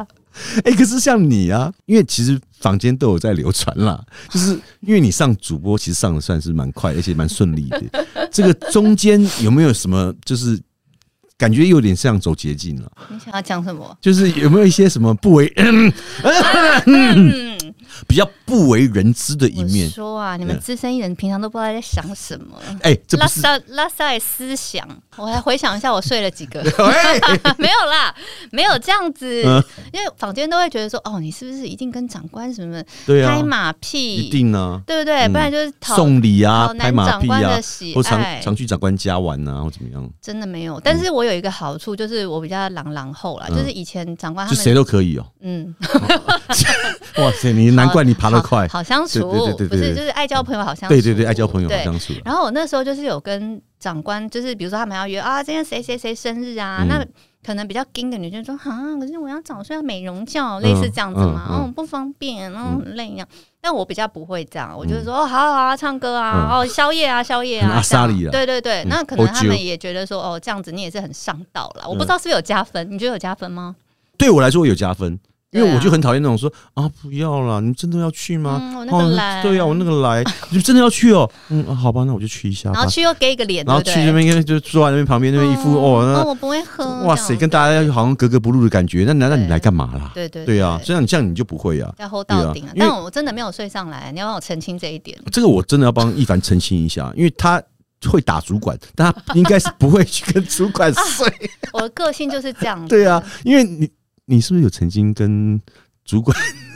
[SPEAKER 2] 哎，可是像你啊，因为其实坊间都有在流传啦， 就是因为你上主播，其实上的算是蛮快，而且蛮顺利的。这个中间有没有什么就是？感觉有点像走捷径了，
[SPEAKER 3] 你想要讲什么？
[SPEAKER 2] 就是有没有一些什么不为、
[SPEAKER 3] 嗯，
[SPEAKER 2] 比较不为人知的一
[SPEAKER 3] 我
[SPEAKER 2] 面？嗯
[SPEAKER 3] 说啊，你们
[SPEAKER 2] 对
[SPEAKER 3] 资深艺人平常都不知道在想什么。
[SPEAKER 2] 哎、这
[SPEAKER 3] 拉
[SPEAKER 2] 不是
[SPEAKER 3] 萨拉萨的思想，我来回想一下，我睡了几个？
[SPEAKER 2] 哎，
[SPEAKER 3] 没有啦，没有这样子，
[SPEAKER 2] 嗯
[SPEAKER 3] 因为坊间都会觉得说，哦，你是不是一定跟长官什么
[SPEAKER 2] 对啊
[SPEAKER 3] 拍，马
[SPEAKER 2] 一
[SPEAKER 3] 屁，
[SPEAKER 2] 定啊，
[SPEAKER 3] 对不对？
[SPEAKER 2] 嗯
[SPEAKER 3] 不然就是讨
[SPEAKER 2] 送礼啊，
[SPEAKER 3] 讨
[SPEAKER 2] 拍
[SPEAKER 3] 男
[SPEAKER 2] 马
[SPEAKER 3] 长
[SPEAKER 2] 屁
[SPEAKER 3] 官
[SPEAKER 2] 啊
[SPEAKER 3] 的，喜
[SPEAKER 2] 或常
[SPEAKER 3] 爱，
[SPEAKER 2] 常去长官家玩啊，或怎么样，
[SPEAKER 3] 真的没有。但是我有一个好处，就是我比较朗朗后啦，
[SPEAKER 2] 嗯
[SPEAKER 3] 就是以前长官他
[SPEAKER 2] 就谁
[SPEAKER 3] 们，
[SPEAKER 2] 都可以哦。
[SPEAKER 3] 嗯，
[SPEAKER 2] 哇塞，你难怪你爬得快，
[SPEAKER 3] 好相处，
[SPEAKER 2] 对对对对
[SPEAKER 3] 不是
[SPEAKER 2] 对
[SPEAKER 3] 就是爱交朋友，好相处，
[SPEAKER 2] 对对对，爱交朋友好
[SPEAKER 3] 对
[SPEAKER 2] 相处啊。
[SPEAKER 3] 然后我那时候就是有跟长官，就是比如说他们要约啊，今天谁谁谁生日啊，
[SPEAKER 2] 嗯
[SPEAKER 3] 那可能比较硬的女生说啊，可是我要早睡要美容觉，类似这样子嘛，
[SPEAKER 2] 嗯
[SPEAKER 3] 哦
[SPEAKER 2] 嗯
[SPEAKER 3] 不方便，然后很累一样。但我比较不会这样，我就是说、哦好好啊，唱歌啊，
[SPEAKER 2] 嗯
[SPEAKER 3] 哦宵夜啊宵夜
[SPEAKER 2] 很
[SPEAKER 3] 啊，
[SPEAKER 2] 阿莎
[SPEAKER 3] 这样
[SPEAKER 2] 莉啦
[SPEAKER 3] 对对对，
[SPEAKER 2] 嗯
[SPEAKER 3] 那可能他
[SPEAKER 2] 欧
[SPEAKER 3] 们
[SPEAKER 2] 洲
[SPEAKER 3] 也觉得说哦这样子你也是很上道啦，我
[SPEAKER 2] 嗯
[SPEAKER 3] 不知道是不是有加分，你觉得有加分吗？
[SPEAKER 2] 对我来说有加分，因
[SPEAKER 3] 对
[SPEAKER 2] 为
[SPEAKER 3] 啊
[SPEAKER 2] 我就很讨厌那种说啊不要啦，你真的要去吗？
[SPEAKER 3] 嗯，我那
[SPEAKER 2] 哦
[SPEAKER 3] 个来，
[SPEAKER 2] 对呀，我那个来，你真的要去哦？嗯，啊好吧，那我就去一下
[SPEAKER 3] 然
[SPEAKER 2] 吧
[SPEAKER 3] 后。去又给一个脸，
[SPEAKER 2] 然后
[SPEAKER 3] 对
[SPEAKER 2] 去
[SPEAKER 3] 不对
[SPEAKER 2] 那边就坐在那边旁边那边一副
[SPEAKER 3] 嗯
[SPEAKER 2] 哦，
[SPEAKER 3] 我不会喝，
[SPEAKER 2] 那哇
[SPEAKER 3] 这
[SPEAKER 2] 塞，
[SPEAKER 3] 样
[SPEAKER 2] 跟大家好像格格不入的感觉。那难道
[SPEAKER 3] 对
[SPEAKER 2] 你来干嘛啦？
[SPEAKER 3] 对对
[SPEAKER 2] 对啊，这样这样你就不会啊。
[SPEAKER 3] 要 hold 到
[SPEAKER 2] 对啊
[SPEAKER 3] 顶、啊，
[SPEAKER 2] 因为
[SPEAKER 3] 但我真的没有睡上来，你要帮我澄清这一点。
[SPEAKER 2] 这个我真的要帮一凡澄清一下，因为他会打主管，但他应该是不会去跟主管
[SPEAKER 3] 啊
[SPEAKER 2] 睡。
[SPEAKER 3] 我的个性就是这样子，
[SPEAKER 2] 对啊，因为你你是不是有曾经跟主管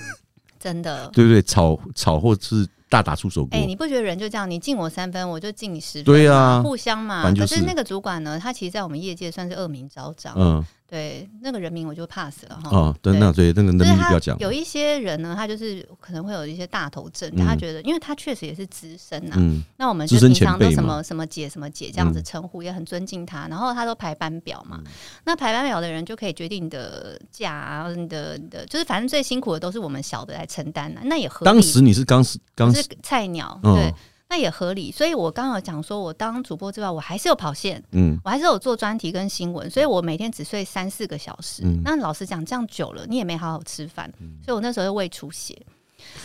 [SPEAKER 3] 真的
[SPEAKER 2] 对不对吵吵或是大打出手
[SPEAKER 3] 哎、
[SPEAKER 2] 锅。
[SPEAKER 3] 你不觉得人就这样？你进我三分，我就进你十分，
[SPEAKER 2] 对啊
[SPEAKER 3] 互相嘛。
[SPEAKER 2] 反正
[SPEAKER 3] 可
[SPEAKER 2] 就是
[SPEAKER 3] 那个主管呢，他其实，在我们业界算是恶名昭彰。
[SPEAKER 2] 嗯
[SPEAKER 3] 对，那个人名我就 pass 了哈。
[SPEAKER 2] 哦，对，那对那个那
[SPEAKER 3] 就是
[SPEAKER 2] 你不要
[SPEAKER 3] 他
[SPEAKER 2] 讲，
[SPEAKER 3] 有一些人呢，他就是可能会有一些大头症，
[SPEAKER 2] 嗯
[SPEAKER 3] 他觉得，因为他确实也是资深啊呐、
[SPEAKER 2] 嗯
[SPEAKER 3] 那我们就
[SPEAKER 2] 资深
[SPEAKER 3] 平
[SPEAKER 2] 前
[SPEAKER 3] 常都
[SPEAKER 2] 辈
[SPEAKER 3] 什
[SPEAKER 2] 嘛嗯
[SPEAKER 3] 么什么姐什么姐这样子称呼，也很尊敬他。然后他都排班表嘛，那排班表的人就可以决定你的假啊、你的你的，就是反正最辛苦的都是我们小的来承担啊了、那也合理。
[SPEAKER 2] 当时你是刚是刚
[SPEAKER 3] 是菜鸟，
[SPEAKER 2] 嗯
[SPEAKER 3] 对，那也合理。所以我刚好讲说，我当主播之外，我还是有跑线，
[SPEAKER 2] 嗯
[SPEAKER 3] 我还是有做专题跟新闻，所以我每天只睡三四个小时。
[SPEAKER 2] 嗯
[SPEAKER 3] 那老实讲，这样久了你也没好好吃饭，所以我那时候就胃出血。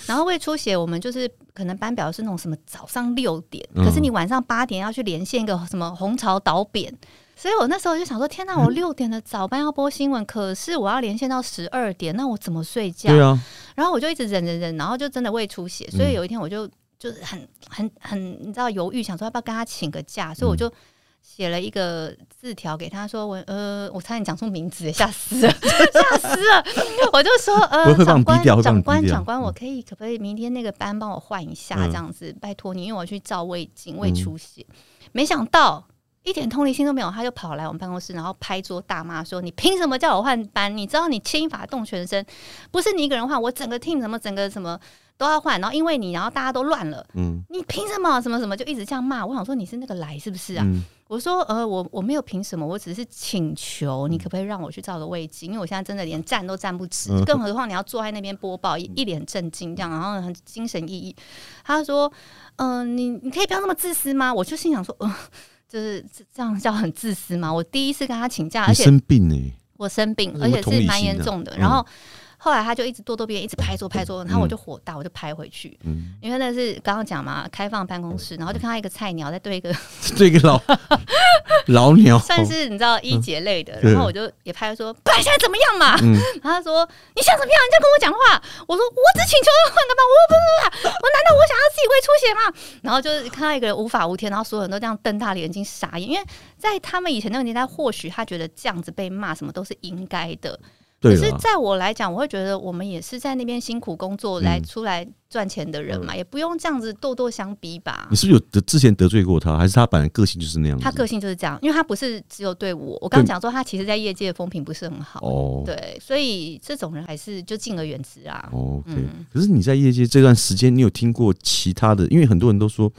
[SPEAKER 3] 然后胃出血，我们就是可能班表是那种什么早上六点，
[SPEAKER 2] 嗯
[SPEAKER 3] 可是你晚上八点要去连线一个什么红潮导扁，所以我那时候就想说，天哪，我六点的早班要播新闻，可是我要连线到十二点，那我怎么睡觉？
[SPEAKER 2] 对啊，
[SPEAKER 3] 然后我就一直忍忍忍，然后就真的胃出血，所以
[SPEAKER 2] 嗯
[SPEAKER 3] 有一天我就就是很很很，你知道犹豫，想说要不要跟他请个假，
[SPEAKER 2] 嗯
[SPEAKER 3] 所以我就写了一个字条给他说，我呃，我差点讲出名字，吓死了， 吓死了，我就说
[SPEAKER 2] 不会
[SPEAKER 3] 呃，
[SPEAKER 2] 会帮
[SPEAKER 3] 长
[SPEAKER 2] 你低调
[SPEAKER 3] 官长
[SPEAKER 2] 会帮你低调
[SPEAKER 3] 官长官，我可以可不可以明天那个班帮我换一下
[SPEAKER 2] 嗯
[SPEAKER 3] 这样子，拜托你，因为我去照胃镜，胃出血，没想到。一点同理心都没有，他就跑来我们办公室，然后拍桌大骂说：“你凭什么叫我换班？你知道你牵一发动全身，不是你一个人换，我整个 team 什么整个什么都要换，然后因为你，然后大家都乱了，
[SPEAKER 2] 嗯
[SPEAKER 3] 你凭什么什么什么就一直这样骂？我想说你是那个来是不是啊？
[SPEAKER 2] 嗯
[SPEAKER 3] 我说呃，我我没有凭什么，我只是请求你可不可以让我去照个胃镜，因为我现在真的连站都站不直，
[SPEAKER 2] 嗯
[SPEAKER 3] 更何况你要坐在那边播报，一一脸震惊这样，然后很精神奕奕。他说，嗯、你你可以不要那么自私吗？我就心想说，嗯、就是这这样叫很自私吗？我第一次跟他请假，啊而
[SPEAKER 2] 你
[SPEAKER 3] 且
[SPEAKER 2] 生病呢，
[SPEAKER 3] 我生病，
[SPEAKER 2] 那
[SPEAKER 3] 而
[SPEAKER 2] 有没
[SPEAKER 3] 且
[SPEAKER 2] 有同理
[SPEAKER 3] 是
[SPEAKER 2] 心啊
[SPEAKER 3] 蛮严重的。
[SPEAKER 2] 嗯
[SPEAKER 3] 然后后来他就一直咄咄逼人，一直拍桌拍桌，然后我就火大，我就拍回去，
[SPEAKER 2] 嗯，
[SPEAKER 3] 因为那是刚刚讲嘛，开放办公室，然后就看到一个菜鸟在对一个
[SPEAKER 2] 这个 老老鸟
[SPEAKER 3] 算是你知道一姐类的，
[SPEAKER 2] 哦嗯对
[SPEAKER 3] 然后我就也拍说，不然现在怎么样嘛？
[SPEAKER 2] 嗯
[SPEAKER 3] 然后他说你想怎么样？你再跟我讲话。我说我只请求换个班，我不不不，我难道我想要自己胃出血吗？然后就是看到一个人无法无天，然后所有人都这样瞪大眼睛傻眼，因为在他们以前那个年代，或许他觉得这样子被骂什么都是应该的，
[SPEAKER 2] 对
[SPEAKER 3] 可是
[SPEAKER 2] 了，
[SPEAKER 3] 在我来讲，我会觉得我们也是在那边辛苦工作来
[SPEAKER 2] 嗯
[SPEAKER 3] 出来赚钱的人嘛，也不用这样子咄咄相逼吧
[SPEAKER 2] 你。是不是有得之前得罪过他，还是他本来个性就是那样子？
[SPEAKER 3] 他个性就是这样，因为他不是只有对我，我刚刚讲说他其实在业界的风评不是很好，
[SPEAKER 2] 哦
[SPEAKER 3] 对，所以这种人还是就敬而远之啊。
[SPEAKER 2] 哦，OK，
[SPEAKER 3] 嗯
[SPEAKER 2] 可是你在业界这段时间，你有听过其他的？因为很多人都说。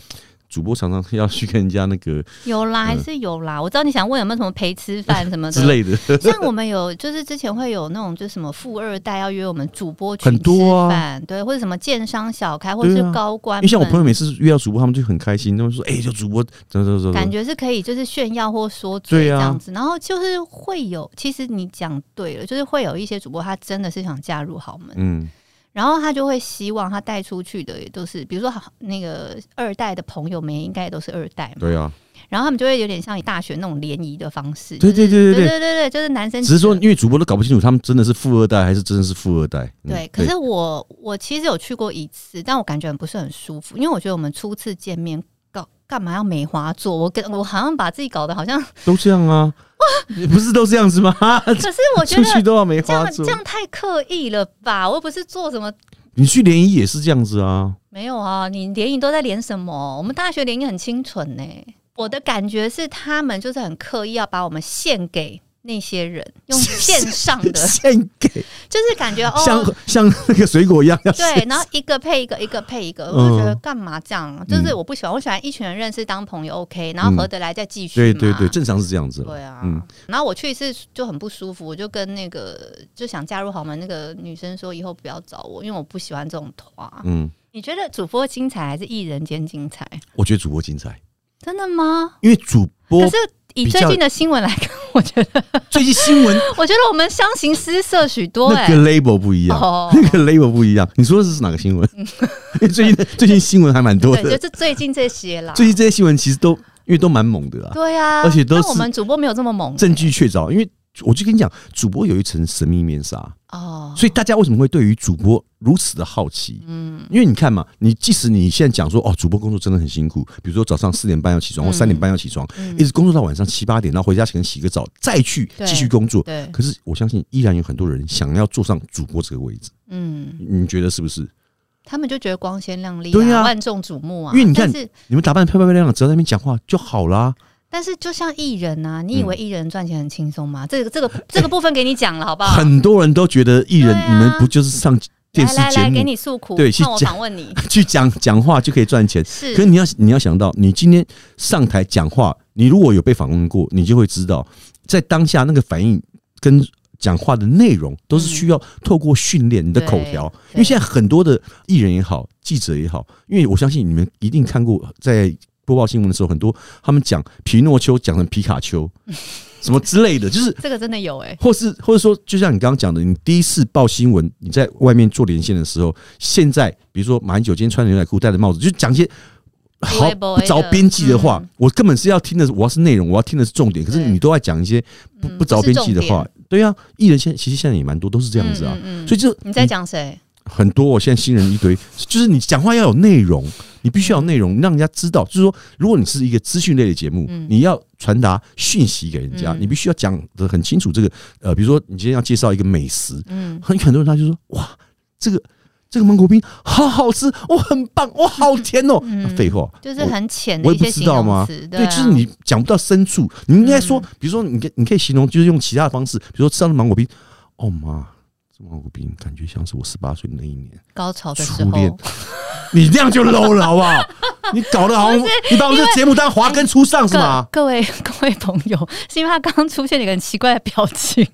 [SPEAKER 2] 主播常常要去跟人家那个
[SPEAKER 3] 有啦，
[SPEAKER 2] 嗯
[SPEAKER 3] 还是有啦。我知道你想问有没有什么陪吃饭什么
[SPEAKER 2] 之
[SPEAKER 3] 的。
[SPEAKER 2] 类的，
[SPEAKER 3] 像我嗯们有，就是之前会有那种，就是什么富二代要约我们主播群
[SPEAKER 2] 很
[SPEAKER 3] 吃
[SPEAKER 2] 多啊
[SPEAKER 3] 饭，对，或者什么建商小开，或者是
[SPEAKER 2] 对啊
[SPEAKER 3] 高官们，
[SPEAKER 2] 因为像我朋友每次遇到主播，他们就很开心，他们说：“哎、有主播怎么怎么怎么。”
[SPEAKER 3] 感觉是可以就是炫耀或说嘴
[SPEAKER 2] 对
[SPEAKER 3] 这
[SPEAKER 2] 啊
[SPEAKER 3] 样子，然后就是会有，其实你讲对了，就是会有一些主播他真的是想嫁入豪门，
[SPEAKER 2] 嗯，
[SPEAKER 3] 然后他就会希望他带出去的也都是，比如说好那个二代的朋友们应该也都是二代嘛，
[SPEAKER 2] 对啊，
[SPEAKER 3] 然后他们就会有点像大学那种联谊的方式，
[SPEAKER 2] 对
[SPEAKER 3] 就是
[SPEAKER 2] 对对对
[SPEAKER 3] 对
[SPEAKER 2] 对
[SPEAKER 3] 对对，就是男生
[SPEAKER 2] 只是说
[SPEAKER 3] 几个
[SPEAKER 2] 因为主播都搞不清楚他们真的是富二代还是真的是富二代。嗯
[SPEAKER 3] 对，可是我我其实有去过一次，但我感觉很不是很舒服，因为我觉得我们初次见面。搞干嘛要梅花座？我跟我好像把自己搞得好像，
[SPEAKER 2] 都这样啊，不是都这样子吗？
[SPEAKER 3] 可是我觉
[SPEAKER 2] 出
[SPEAKER 3] 得
[SPEAKER 2] 去都要梅
[SPEAKER 3] 这
[SPEAKER 2] 花
[SPEAKER 3] 样
[SPEAKER 2] 座
[SPEAKER 3] 这，样太刻意了吧？我又不是做什么。
[SPEAKER 2] 你去联谊也是这样子啊。
[SPEAKER 3] 没有啊，你联谊都在联什么？我们大学联谊很清纯呢、我的感觉是，他们就是很刻意要把我们献给那些人， 用线上的，
[SPEAKER 2] 献给
[SPEAKER 3] 就是感觉
[SPEAKER 2] 像
[SPEAKER 3] 哦，
[SPEAKER 2] 像那个水果一样，要
[SPEAKER 3] 对，然后一个配一个，一个配一个，我就觉得
[SPEAKER 2] 嗯
[SPEAKER 3] 干嘛这样？啊就是我不喜欢，我喜欢一群人认识当朋友，OK，然后合得来再继续嘛。
[SPEAKER 2] 对嗯对对，正常是这样子。
[SPEAKER 3] 对啊，
[SPEAKER 2] 嗯
[SPEAKER 3] 然后我去一次就很不舒服，我就跟那个就想加入豪门那个女生说，以后不要找我，因为我不喜欢这种团。
[SPEAKER 2] 嗯，
[SPEAKER 3] 你觉得主播精彩还是艺人间精彩？
[SPEAKER 2] 我觉得主播精彩，
[SPEAKER 3] 真的吗？
[SPEAKER 2] 因为主 播
[SPEAKER 3] 可是以最近的新闻来看，我觉 得，
[SPEAKER 2] 最近新闻
[SPEAKER 3] 我觉得我们相形失色许多
[SPEAKER 2] 那
[SPEAKER 3] 哎、
[SPEAKER 2] 个 label 不一样，
[SPEAKER 3] 哦 嗯
[SPEAKER 2] 那个 label 不一样。你说的是哪个新闻？因为 最近最近新闻还蛮多
[SPEAKER 3] 对，
[SPEAKER 2] 的，
[SPEAKER 3] 就是最近这些啦。
[SPEAKER 2] 最近这些新闻其实都因为都蛮猛的啦，
[SPEAKER 3] 对啊，
[SPEAKER 2] 而且都是
[SPEAKER 3] 但我们主播没有这么猛
[SPEAKER 2] 证据确凿。因为我就跟你讲，主播有一层神秘面纱，
[SPEAKER 3] 哦。
[SPEAKER 2] 所以大家为什么会对于主播如此的好奇？嗯，因为你看嘛，你即使你现在讲说哦，主播工作真的很辛苦，比如说早上四点半要起
[SPEAKER 3] 嗯
[SPEAKER 2] 床或三点半要起床，一直工作到晚上七八点，然后回家可能洗个澡，再去
[SPEAKER 3] 对
[SPEAKER 2] 继续工作。
[SPEAKER 3] 对，
[SPEAKER 2] 可是我相信，依然有很多人想要坐上主播这个位置，
[SPEAKER 3] 嗯，
[SPEAKER 2] 你觉得是不是？
[SPEAKER 3] 他们就觉得光鲜亮丽、啊，
[SPEAKER 2] 对啊
[SPEAKER 3] 万众瞩目啊。
[SPEAKER 2] 因为你看
[SPEAKER 3] 但是
[SPEAKER 2] 你们打扮得漂漂亮亮，只要在那边讲话就好啦。
[SPEAKER 3] 但是就像艺人啊，你以
[SPEAKER 2] 嗯
[SPEAKER 3] 为艺人赚钱很轻松吗？这个这个这个部分给你讲了，好不好？
[SPEAKER 2] 很多人都觉得艺人
[SPEAKER 3] 啊对，啊
[SPEAKER 2] 你们不就是上电视
[SPEAKER 3] 来来
[SPEAKER 2] 节
[SPEAKER 3] 来，给
[SPEAKER 2] 目
[SPEAKER 3] 你诉苦，
[SPEAKER 2] 对去
[SPEAKER 3] 让我
[SPEAKER 2] 讲
[SPEAKER 3] 访 问你。
[SPEAKER 2] 去讲讲话就可以赚钱？可是
[SPEAKER 3] 是，
[SPEAKER 2] 你要你要想到，你今天上台讲话，你如果有被访问过，你就会知道，在当下那个反应跟讲话的内容，都是需要透过训练你的口条。
[SPEAKER 3] 对
[SPEAKER 2] 因为现在很多的艺人也好，记者也好，因为我相信你们一定看过，在播报新闻的时候，很多他们讲皮诺丘讲成皮卡丘，什么之类的，就是。
[SPEAKER 3] 这个真的有哎、
[SPEAKER 2] 或是或者说，就像你刚刚讲的，你第一次报新闻，你在外面做连线的时候，现在比如说马英九今天穿牛仔裤，戴着帽子，就讲一些好
[SPEAKER 3] 不会不会
[SPEAKER 2] 不着
[SPEAKER 3] 的
[SPEAKER 2] 边际的话
[SPEAKER 3] 嗯，
[SPEAKER 2] 我根本是要听的是，我要是内容，我要听的是重点。可是
[SPEAKER 3] 对
[SPEAKER 2] 你都在讲一些不
[SPEAKER 3] 嗯
[SPEAKER 2] 不着边际
[SPEAKER 3] 不
[SPEAKER 2] 的
[SPEAKER 3] 是重
[SPEAKER 2] 话，对啊，艺人现在其实现在也蛮多都是这样子啊，
[SPEAKER 3] 嗯嗯嗯
[SPEAKER 2] 所以这
[SPEAKER 3] 你在讲谁？
[SPEAKER 2] 很多，我现在新人一堆，就是你讲话要有内容，你必须要有内容，让人家知道。就是说，如果你是一个资讯类的节目，
[SPEAKER 3] 嗯
[SPEAKER 2] 你要传达讯息给人家，
[SPEAKER 3] 嗯
[SPEAKER 2] 你必须要讲的很清楚。这个呃，比如说你今天要介绍一个美食，
[SPEAKER 3] 嗯，
[SPEAKER 2] 很很多人他就说哇，这个这个芒果冰好好吃，哇，很棒，哇，好甜哦。
[SPEAKER 3] 嗯
[SPEAKER 2] 那废话，
[SPEAKER 3] 就是
[SPEAKER 2] 我
[SPEAKER 3] 很浅
[SPEAKER 2] 我
[SPEAKER 3] 的
[SPEAKER 2] 也
[SPEAKER 3] 一
[SPEAKER 2] 不
[SPEAKER 3] 些
[SPEAKER 2] 知
[SPEAKER 3] 形
[SPEAKER 2] 道
[SPEAKER 3] 容
[SPEAKER 2] 嘛
[SPEAKER 3] 词，
[SPEAKER 2] 对，
[SPEAKER 3] 啊嗯
[SPEAKER 2] 就是你讲不到深处，你应该说，比如说你可你可以形容，就是用其他的方式，比如说吃到的芒果冰，哦妈，这芒果冰感觉像是我十八岁那一年，
[SPEAKER 3] 高潮的时
[SPEAKER 2] 初
[SPEAKER 3] 候，
[SPEAKER 2] 恋， 你这样就 low 了好不好？你搞得好像你把我们这个节目当华根初上是吗？
[SPEAKER 3] 各各位 各位朋友，是因为他刚刚出现了一个很奇怪的表 情，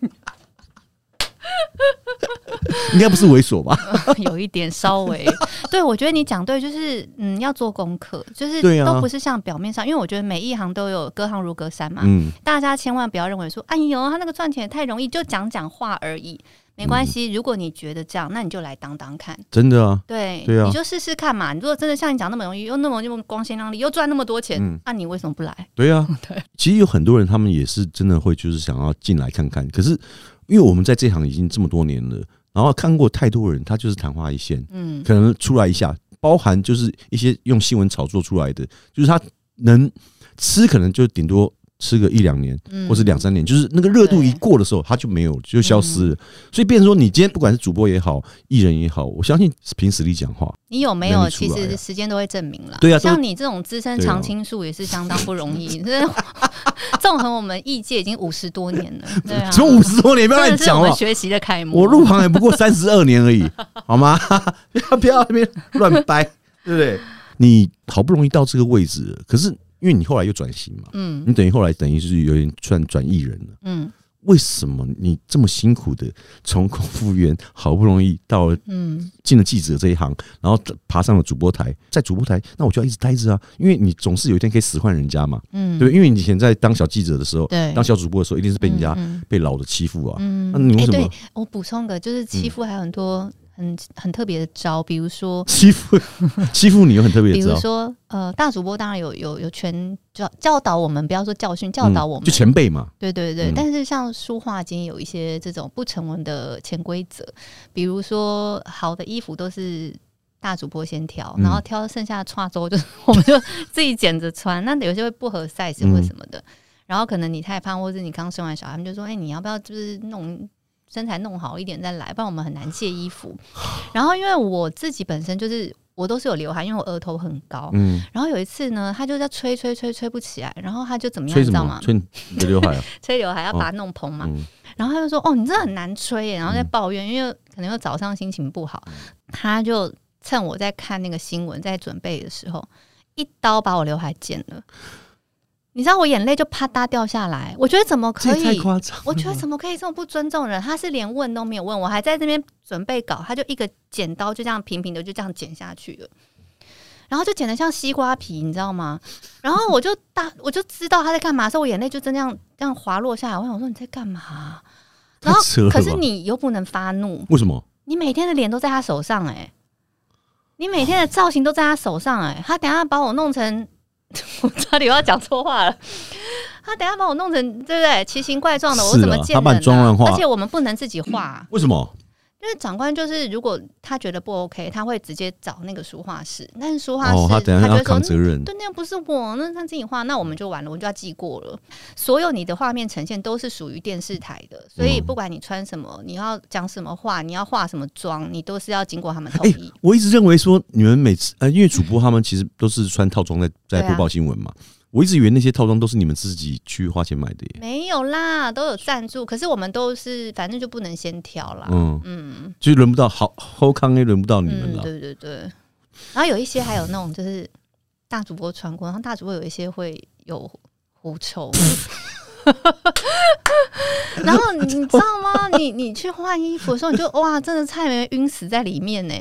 [SPEAKER 2] 应该不是猥琐吧？
[SPEAKER 3] 有一点稍微。对，我觉得你讲对，就是嗯，要做功课，就是
[SPEAKER 2] 对啊
[SPEAKER 3] 都不是像表面上，因为我觉得每一行都有隔行如隔山嘛。
[SPEAKER 2] 嗯，
[SPEAKER 3] 大家千万不要认为说，哎呦，他那个赚钱也太容易，就讲讲话而已，没关
[SPEAKER 2] 嗯
[SPEAKER 3] 系。如果你觉得这样，那你就来当当看，
[SPEAKER 2] 真的啊，
[SPEAKER 3] 对，
[SPEAKER 2] 对啊
[SPEAKER 3] 你就试试看嘛。你如果真的像你讲那么容易，又那么又光鲜亮丽，又赚那么多钱，那、
[SPEAKER 2] 嗯
[SPEAKER 3] 你为什么不 来？
[SPEAKER 2] 对啊，其实有很多人他们也是真的会就是想要进来看看，可是因为我们在这行已经这么多年了，然后看过太多人，他就是昙花一现。
[SPEAKER 3] 嗯，
[SPEAKER 2] 可能出来一下，包含就是一些用新闻炒作出来的，就是他能吃，可能就顶多吃个一两年，
[SPEAKER 3] 嗯
[SPEAKER 2] 或是两三年，就是那个热度一过的时候，它就没有，就消失
[SPEAKER 3] 嗯
[SPEAKER 2] 了。所以，变成说，你今天不管是主播也好，艺人也好，我相信是凭实力讲话，
[SPEAKER 3] 你有没
[SPEAKER 2] 能
[SPEAKER 3] 有？
[SPEAKER 2] 力出
[SPEAKER 3] 其
[SPEAKER 2] 来
[SPEAKER 3] 实
[SPEAKER 2] 啊
[SPEAKER 3] 时间都会证明了。
[SPEAKER 2] 对啊都
[SPEAKER 3] 像你这种资深
[SPEAKER 2] 对啊
[SPEAKER 3] 常青树也是相当不容易。 这纵横我们艺界已经五十多年了，对 啊，
[SPEAKER 2] 从五十多年不要
[SPEAKER 3] 真
[SPEAKER 2] 乱
[SPEAKER 3] 的是
[SPEAKER 2] 讲
[SPEAKER 3] 我
[SPEAKER 2] 哦
[SPEAKER 3] 们。学习的楷模。
[SPEAKER 2] 我入行也不过三十二年 而已，好吗？ 不要不要在那边乱掰，对不对？你好不容易到这个位置了，可是因为你后来又转型嘛，
[SPEAKER 3] 嗯
[SPEAKER 2] 你等于后来等于是有点算转艺人了。
[SPEAKER 3] 嗯
[SPEAKER 2] 为什么你这么辛苦的从空服员好不容易到了
[SPEAKER 3] 嗯，
[SPEAKER 2] 进了记者这一行，然后爬上了主播台，在主播台，那我就要一直待着啊，因为你总是有一天可以使唤人家嘛，
[SPEAKER 3] 嗯
[SPEAKER 2] 对不对，因为你以前在当小记者的时候，
[SPEAKER 3] 对
[SPEAKER 2] 当小主播的时候，一定是被人家
[SPEAKER 3] 嗯
[SPEAKER 2] 被老的欺负啊。
[SPEAKER 3] 嗯
[SPEAKER 2] 那你为
[SPEAKER 3] 哎
[SPEAKER 2] 什
[SPEAKER 3] 对
[SPEAKER 2] 么嗯
[SPEAKER 3] 我补充个，就是欺负还有很多很很特别的招，比如说。
[SPEAKER 2] 欺负 欺负你又很特别
[SPEAKER 3] 比
[SPEAKER 2] 的
[SPEAKER 3] 如
[SPEAKER 2] 招，
[SPEAKER 3] 说，呃，大主播当然有有有权教教导我们，不要说教训，教
[SPEAKER 2] 嗯
[SPEAKER 3] 导我们，
[SPEAKER 2] 就前辈嘛，
[SPEAKER 3] 对对对，
[SPEAKER 2] 嗯
[SPEAKER 3] 但是像书画间有一些这种不成文的潜规则，比如说好的衣服都是大主播先挑，
[SPEAKER 2] 嗯
[SPEAKER 3] 然后挑剩下的跨州就是 我们就自己捡着穿，那有些会不合 size
[SPEAKER 2] 嗯
[SPEAKER 3] 或什么的，然后可能你太胖，或者你刚生完小孩，他们就说：“哎、你要不要就是弄身材弄好一点再来，不然我们很难借衣服。”然后因为我自己本身就是我都是有刘海，因为我额头很高。
[SPEAKER 2] 嗯，
[SPEAKER 3] 然后有一次呢，他就在吹吹吹吹不起来，然后他就怎么样，嗯
[SPEAKER 2] 吹
[SPEAKER 3] 你
[SPEAKER 2] 什
[SPEAKER 3] 知道
[SPEAKER 2] 么
[SPEAKER 3] 吗？
[SPEAKER 2] 吹你的刘 海啊，
[SPEAKER 3] 吹刘海要把它弄蓬嘛。
[SPEAKER 2] 嗯
[SPEAKER 3] 然后他就说：“哦，你这很难吹耶。”然后在抱怨，因为可能又早上心情不好，
[SPEAKER 2] 嗯
[SPEAKER 3] 他就趁我在看那个新闻，在准备的时候，一刀把我刘海剪了。你知道我眼泪就啪嗒掉下来，我觉得怎么
[SPEAKER 2] 这
[SPEAKER 3] 可
[SPEAKER 2] 也太
[SPEAKER 3] 以？
[SPEAKER 2] 夸张了吧，
[SPEAKER 3] 我 觉得怎么可以这么不尊重人？他是连问都没有问，我还在这边准备稿，他就一个剪刀就这样平平的就这样剪下去了，然后就剪得像西瓜皮，你知道吗？然后我就大我就知道他在干嘛，所以我眼泪就真这样这样滑落下来。我想说你在干嘛？然后
[SPEAKER 2] 太扯了吧
[SPEAKER 3] 可是你又不能发怒，
[SPEAKER 2] 为什么？
[SPEAKER 3] 你每天的脸都在他手上哎、你每天的造型都在他手上哎、他等下把我弄成， 我差点又要讲错话了。他等下把我弄成对不对奇形怪状的，
[SPEAKER 2] 是啊
[SPEAKER 3] 我怎么见人、
[SPEAKER 2] 他把你装乱画
[SPEAKER 3] 而且我们不能自己画，
[SPEAKER 2] 为什么？
[SPEAKER 3] 因为长官就是，如果他觉得不 OK，他会直接找那个书画室。但是书画室、
[SPEAKER 2] 哦，他等下
[SPEAKER 3] 就
[SPEAKER 2] 要
[SPEAKER 3] 会说
[SPEAKER 2] 扛责任，
[SPEAKER 3] 对，那又不是我，那他自己画，那
[SPEAKER 2] 嗯
[SPEAKER 3] 我们就完了，我就要记过了。所有你的画面呈现都是属于电视台的，所以
[SPEAKER 2] 嗯
[SPEAKER 3] 不管你穿什么，你要讲什么话，你要化什么妆，你都是要经过他们同
[SPEAKER 2] 哎、
[SPEAKER 3] 意。
[SPEAKER 2] 我一直认为说你们每次呃，因为主播他们其实都是穿套装在
[SPEAKER 3] 对
[SPEAKER 2] 在
[SPEAKER 3] 啊
[SPEAKER 2] 播报新闻嘛，我一直以为那些套装都是你们自己去花钱买的耶。
[SPEAKER 3] 没有啦，都有赞助，可是我们都是反正就不能先挑啦。
[SPEAKER 2] 嗯，
[SPEAKER 3] 嗯
[SPEAKER 2] 就轮不到好后康也轮不到你们
[SPEAKER 3] 嗯，
[SPEAKER 2] 了。
[SPEAKER 3] 对对对。然后有一些还有那种就是大主播穿过，然后大主播有一些会有狐 臭。然后你知道吗？你你去换衣服的时候，你就哇，真的菜没晕死在里面呢。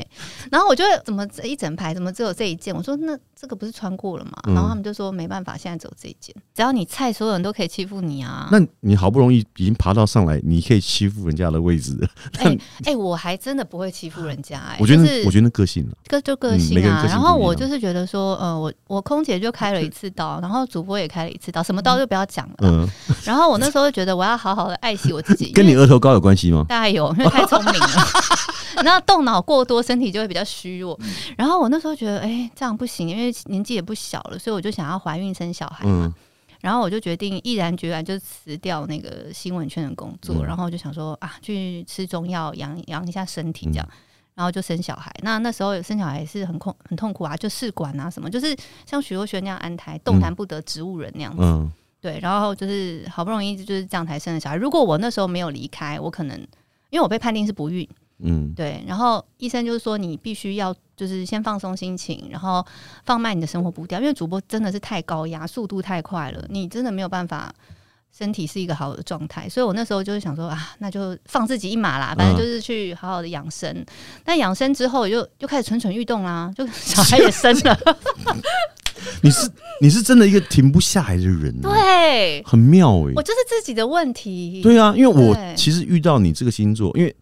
[SPEAKER 3] 然后我就会怎么这一整排怎么只有这一件？我说那这个不是穿过了吗？
[SPEAKER 2] 嗯
[SPEAKER 3] 然后他们就说没办法，现在只有这一件。只要你菜，所有人都可以欺负你啊。
[SPEAKER 2] 那你好不容易已经爬到上来，你可以欺负人家的位置了，
[SPEAKER 3] 哎哎、我还真的不会欺负人家、哎，
[SPEAKER 2] 我觉得
[SPEAKER 3] 就
[SPEAKER 2] 那
[SPEAKER 3] 是
[SPEAKER 2] 我觉得那个性了、
[SPEAKER 3] 个就个
[SPEAKER 2] 嗯
[SPEAKER 3] 性
[SPEAKER 2] 每个人
[SPEAKER 3] 啊。
[SPEAKER 2] 个性
[SPEAKER 3] 然
[SPEAKER 2] 不
[SPEAKER 3] 后
[SPEAKER 2] 一
[SPEAKER 3] 我
[SPEAKER 2] 样
[SPEAKER 3] 就是觉得说，呃，我我空姐就开了一次刀，然后主播也开了一次刀，什么刀就不要讲了。
[SPEAKER 2] 嗯，
[SPEAKER 3] 然后我那时候就觉得我要好好的爱惜我自己，
[SPEAKER 2] 跟你
[SPEAKER 3] 因为
[SPEAKER 2] 额头高有关系吗？
[SPEAKER 3] 大概有，因为太聪明 了。 然后动脑过多，身体就会比较虚弱。
[SPEAKER 2] 嗯
[SPEAKER 3] 然后我那时候觉得，哎、这样不行，因为年纪也不小了，所以我就想要怀孕生小孩嘛。
[SPEAKER 2] 嗯，
[SPEAKER 3] 然后我就决定毅然决然就辞掉那个新闻圈的工作，
[SPEAKER 2] 嗯
[SPEAKER 3] 然后就想说啊，去吃中药养养一下身
[SPEAKER 2] 嗯
[SPEAKER 3] 体这样。然后就生小孩，那那时候生小孩是很痛很痛苦啊，就试管啊什么，就是像许若瑄那样安胎，动弹不得植物人那样子。
[SPEAKER 2] 嗯，
[SPEAKER 3] 对，然后就是好不容易就是这样才生了小孩。如果我那时候没有离开，我可能因为我被判定是不孕，
[SPEAKER 2] 嗯，
[SPEAKER 3] 对，然后医生就是说你必须要就是先放松心情，然后放慢你的生活步调，因为主播真的是太高压，速度太快了，你真的没有办法，身体是一个好的状态。所以我那时候就是想说啊，那就放自己一马啦，反
[SPEAKER 2] 嗯
[SPEAKER 3] 正就是去好好的养生。但养生之后又又开始蠢蠢欲动啦，就 小孩也生了，
[SPEAKER 2] 你是你是真的一个停不下来的人、啊，，
[SPEAKER 3] 对
[SPEAKER 2] 很妙哎、
[SPEAKER 3] 我就是自己的问题，
[SPEAKER 2] 对啊，因为我
[SPEAKER 3] 对
[SPEAKER 2] 其实遇到你这个星座，因为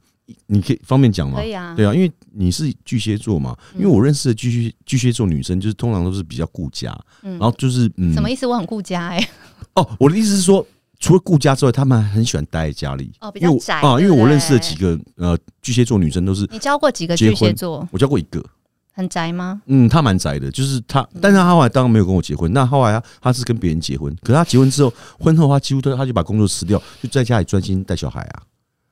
[SPEAKER 2] 你可以方便讲吗
[SPEAKER 3] 可？以啊，嗯
[SPEAKER 2] 对啊，因为你是巨蟹座嘛，因为我认识的巨蟹巨蟹座女生，就是通常都是比较顾家，
[SPEAKER 3] 嗯
[SPEAKER 2] 然后就是嗯，
[SPEAKER 3] 什么意思？我很顾家哎、
[SPEAKER 2] 哦，我的意思是说，除了顾家之外，他们还很喜欢待在家里。
[SPEAKER 3] 哦比
[SPEAKER 2] 因为
[SPEAKER 3] 较
[SPEAKER 2] 我
[SPEAKER 3] 宅
[SPEAKER 2] 啊，因为
[SPEAKER 3] 对不
[SPEAKER 2] 我
[SPEAKER 3] 对
[SPEAKER 2] 认识的几个呃巨蟹座女生都是，
[SPEAKER 3] 你教过几个
[SPEAKER 2] 结
[SPEAKER 3] 巨蟹
[SPEAKER 2] 婚
[SPEAKER 3] 座？
[SPEAKER 2] 我交过一个，
[SPEAKER 3] 很宅吗？
[SPEAKER 2] 嗯，她蛮宅的，就是她，但是她后来当然没有跟我结婚，那后来她她是跟别人结婚，可是她结婚之后，婚后她几乎都她就把工作辞掉，就在家里专心带小孩啊，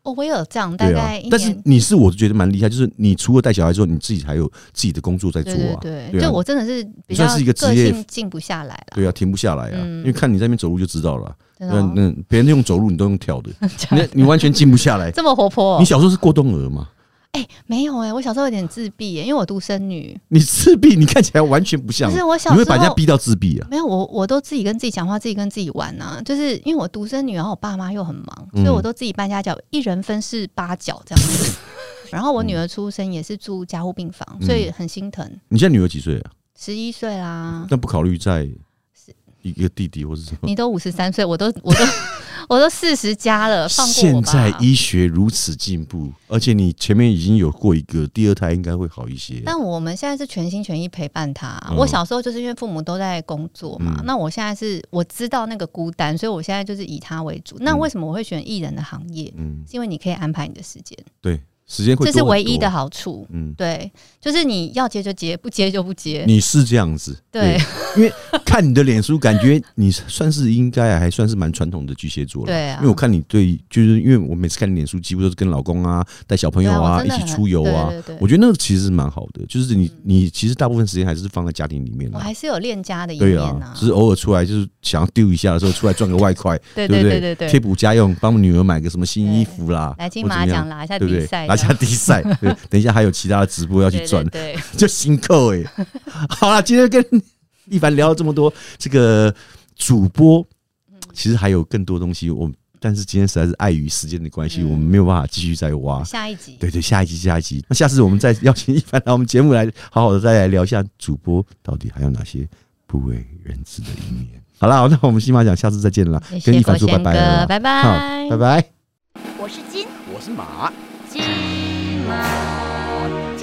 [SPEAKER 3] 哦，我也有这样，大
[SPEAKER 2] 对
[SPEAKER 3] 概
[SPEAKER 2] 啊
[SPEAKER 3] 一。
[SPEAKER 2] 但是
[SPEAKER 3] 年。
[SPEAKER 2] 你是我觉得蛮厉害，就是你除了带小孩之后，你自己还有自己的工作在做
[SPEAKER 3] 对
[SPEAKER 2] 啊，
[SPEAKER 3] 对
[SPEAKER 2] 对
[SPEAKER 3] 对，
[SPEAKER 2] 啊
[SPEAKER 3] 就我真的是比较
[SPEAKER 2] 算是一个职
[SPEAKER 3] 个
[SPEAKER 2] 业
[SPEAKER 3] 性静不下来了，
[SPEAKER 2] 对啊，停不下来啊，
[SPEAKER 3] 嗯
[SPEAKER 2] 因为看你在那边走路就知道了，
[SPEAKER 3] 真的
[SPEAKER 2] 那
[SPEAKER 3] 哦、
[SPEAKER 2] 那别人用走路，你都用跳 的，你你完全静不下来。
[SPEAKER 3] 这么活泼哦、
[SPEAKER 2] 你小时候是过冬鹅吗？
[SPEAKER 3] 哎、没有哎、我小时候有点自闭、耶，因为我独生女，
[SPEAKER 2] 你自闭，你看起来完全不像，
[SPEAKER 3] 不是我小
[SPEAKER 2] 你
[SPEAKER 3] 时
[SPEAKER 2] 会把人家
[SPEAKER 3] 候。
[SPEAKER 2] 逼到自闭啊？
[SPEAKER 3] 没有，我我都自己跟自己讲话，自己跟自己玩呐、就是因为我独生女，然后我爸妈又很忙，所以
[SPEAKER 2] 嗯
[SPEAKER 3] 我都自己搬家脚，一人分饰八角这样子。 然后我
[SPEAKER 2] 嗯
[SPEAKER 3] 女儿出生也是住加护病房，所以很心疼。
[SPEAKER 2] 你现在女儿几岁啊？
[SPEAKER 3] 十一岁啦，
[SPEAKER 2] 但不考虑在一个弟弟或是什么？
[SPEAKER 3] 你都五十三岁，我都我都 我都四十加了，放过我
[SPEAKER 2] 现
[SPEAKER 3] 吧。
[SPEAKER 2] 在医学如此进步，而且你前面已经有过一个第二胎，应该会好一些。
[SPEAKER 3] 但我们现在是全心全意陪伴他。
[SPEAKER 2] 嗯
[SPEAKER 3] 我小时候就是因为父母都在工作嘛，
[SPEAKER 2] 嗯
[SPEAKER 3] 那我现在是我知道那个孤单，所以我现在就是以他为主。那为什么我会选艺人的行业？
[SPEAKER 2] 嗯，
[SPEAKER 3] 是因为你可以安排你的时间，
[SPEAKER 2] 对，时间会
[SPEAKER 3] 这是
[SPEAKER 2] 多很
[SPEAKER 3] 唯一的
[SPEAKER 2] 多。
[SPEAKER 3] 好处。
[SPEAKER 2] 嗯，
[SPEAKER 3] 对，就是你要接就接，不接就不接。
[SPEAKER 2] 你是这样子。
[SPEAKER 3] 对，
[SPEAKER 2] 因为看你的脸书，感觉你算是应该还算是蛮传统的巨蟹座了。
[SPEAKER 3] 对啊
[SPEAKER 2] 因为我看你对，就是因为我每次看你脸书，几乎都是跟老公啊、带小朋
[SPEAKER 3] 对
[SPEAKER 2] 友
[SPEAKER 3] 啊我
[SPEAKER 2] 啊
[SPEAKER 3] 真
[SPEAKER 2] 一
[SPEAKER 3] 的
[SPEAKER 2] 起
[SPEAKER 3] 很
[SPEAKER 2] 出游啊，
[SPEAKER 3] 对对对
[SPEAKER 2] 我觉得那个其实是蛮好的，就是你你其实大部分时间还是放在家庭里面
[SPEAKER 3] 我
[SPEAKER 2] 啦。
[SPEAKER 3] 还是有恋家的一
[SPEAKER 2] 对
[SPEAKER 3] 面
[SPEAKER 2] 啊
[SPEAKER 3] 啊，，
[SPEAKER 2] 只是偶尔出来就是想要丢一下的时候，出来赚个外快，
[SPEAKER 3] 对
[SPEAKER 2] 不
[SPEAKER 3] 对
[SPEAKER 2] 对
[SPEAKER 3] 对对对。
[SPEAKER 2] 贴补家用，帮我女儿买个什么新衣服啦，
[SPEAKER 3] 来金
[SPEAKER 2] 或怎
[SPEAKER 3] 马
[SPEAKER 2] 么
[SPEAKER 3] 奖
[SPEAKER 2] 样，
[SPEAKER 3] 拿一下
[SPEAKER 2] 对不
[SPEAKER 3] 比
[SPEAKER 2] 对？
[SPEAKER 3] 赛，
[SPEAKER 2] 拿下比 赛，对，等一下还有其他的直播
[SPEAKER 3] 要
[SPEAKER 2] 要去赚，
[SPEAKER 3] 对，对
[SPEAKER 2] 就辛苦哎、 好了，今天跟一凡聊了这么多，这个主播其实还有更多东西，我们但是今天实在是碍于时间的关系，
[SPEAKER 3] 嗯
[SPEAKER 2] 我们没有办法继续再挖
[SPEAKER 3] 对。下一集
[SPEAKER 2] 对对，下一集下一集，那下次我们再邀请一凡来我们节目来，好好的再来聊一下主播到底还有哪些不为人知的一面。好啦，那我们新马奖下次再见啦，
[SPEAKER 3] 谢谢
[SPEAKER 2] 跟一凡
[SPEAKER 3] 国
[SPEAKER 2] 说拜
[SPEAKER 3] 贤
[SPEAKER 2] 拜
[SPEAKER 3] 哥
[SPEAKER 2] 了，
[SPEAKER 3] 拜
[SPEAKER 2] 好
[SPEAKER 3] 拜
[SPEAKER 2] 拜。拜，
[SPEAKER 1] 我是金
[SPEAKER 2] 我是马。
[SPEAKER 1] 金毛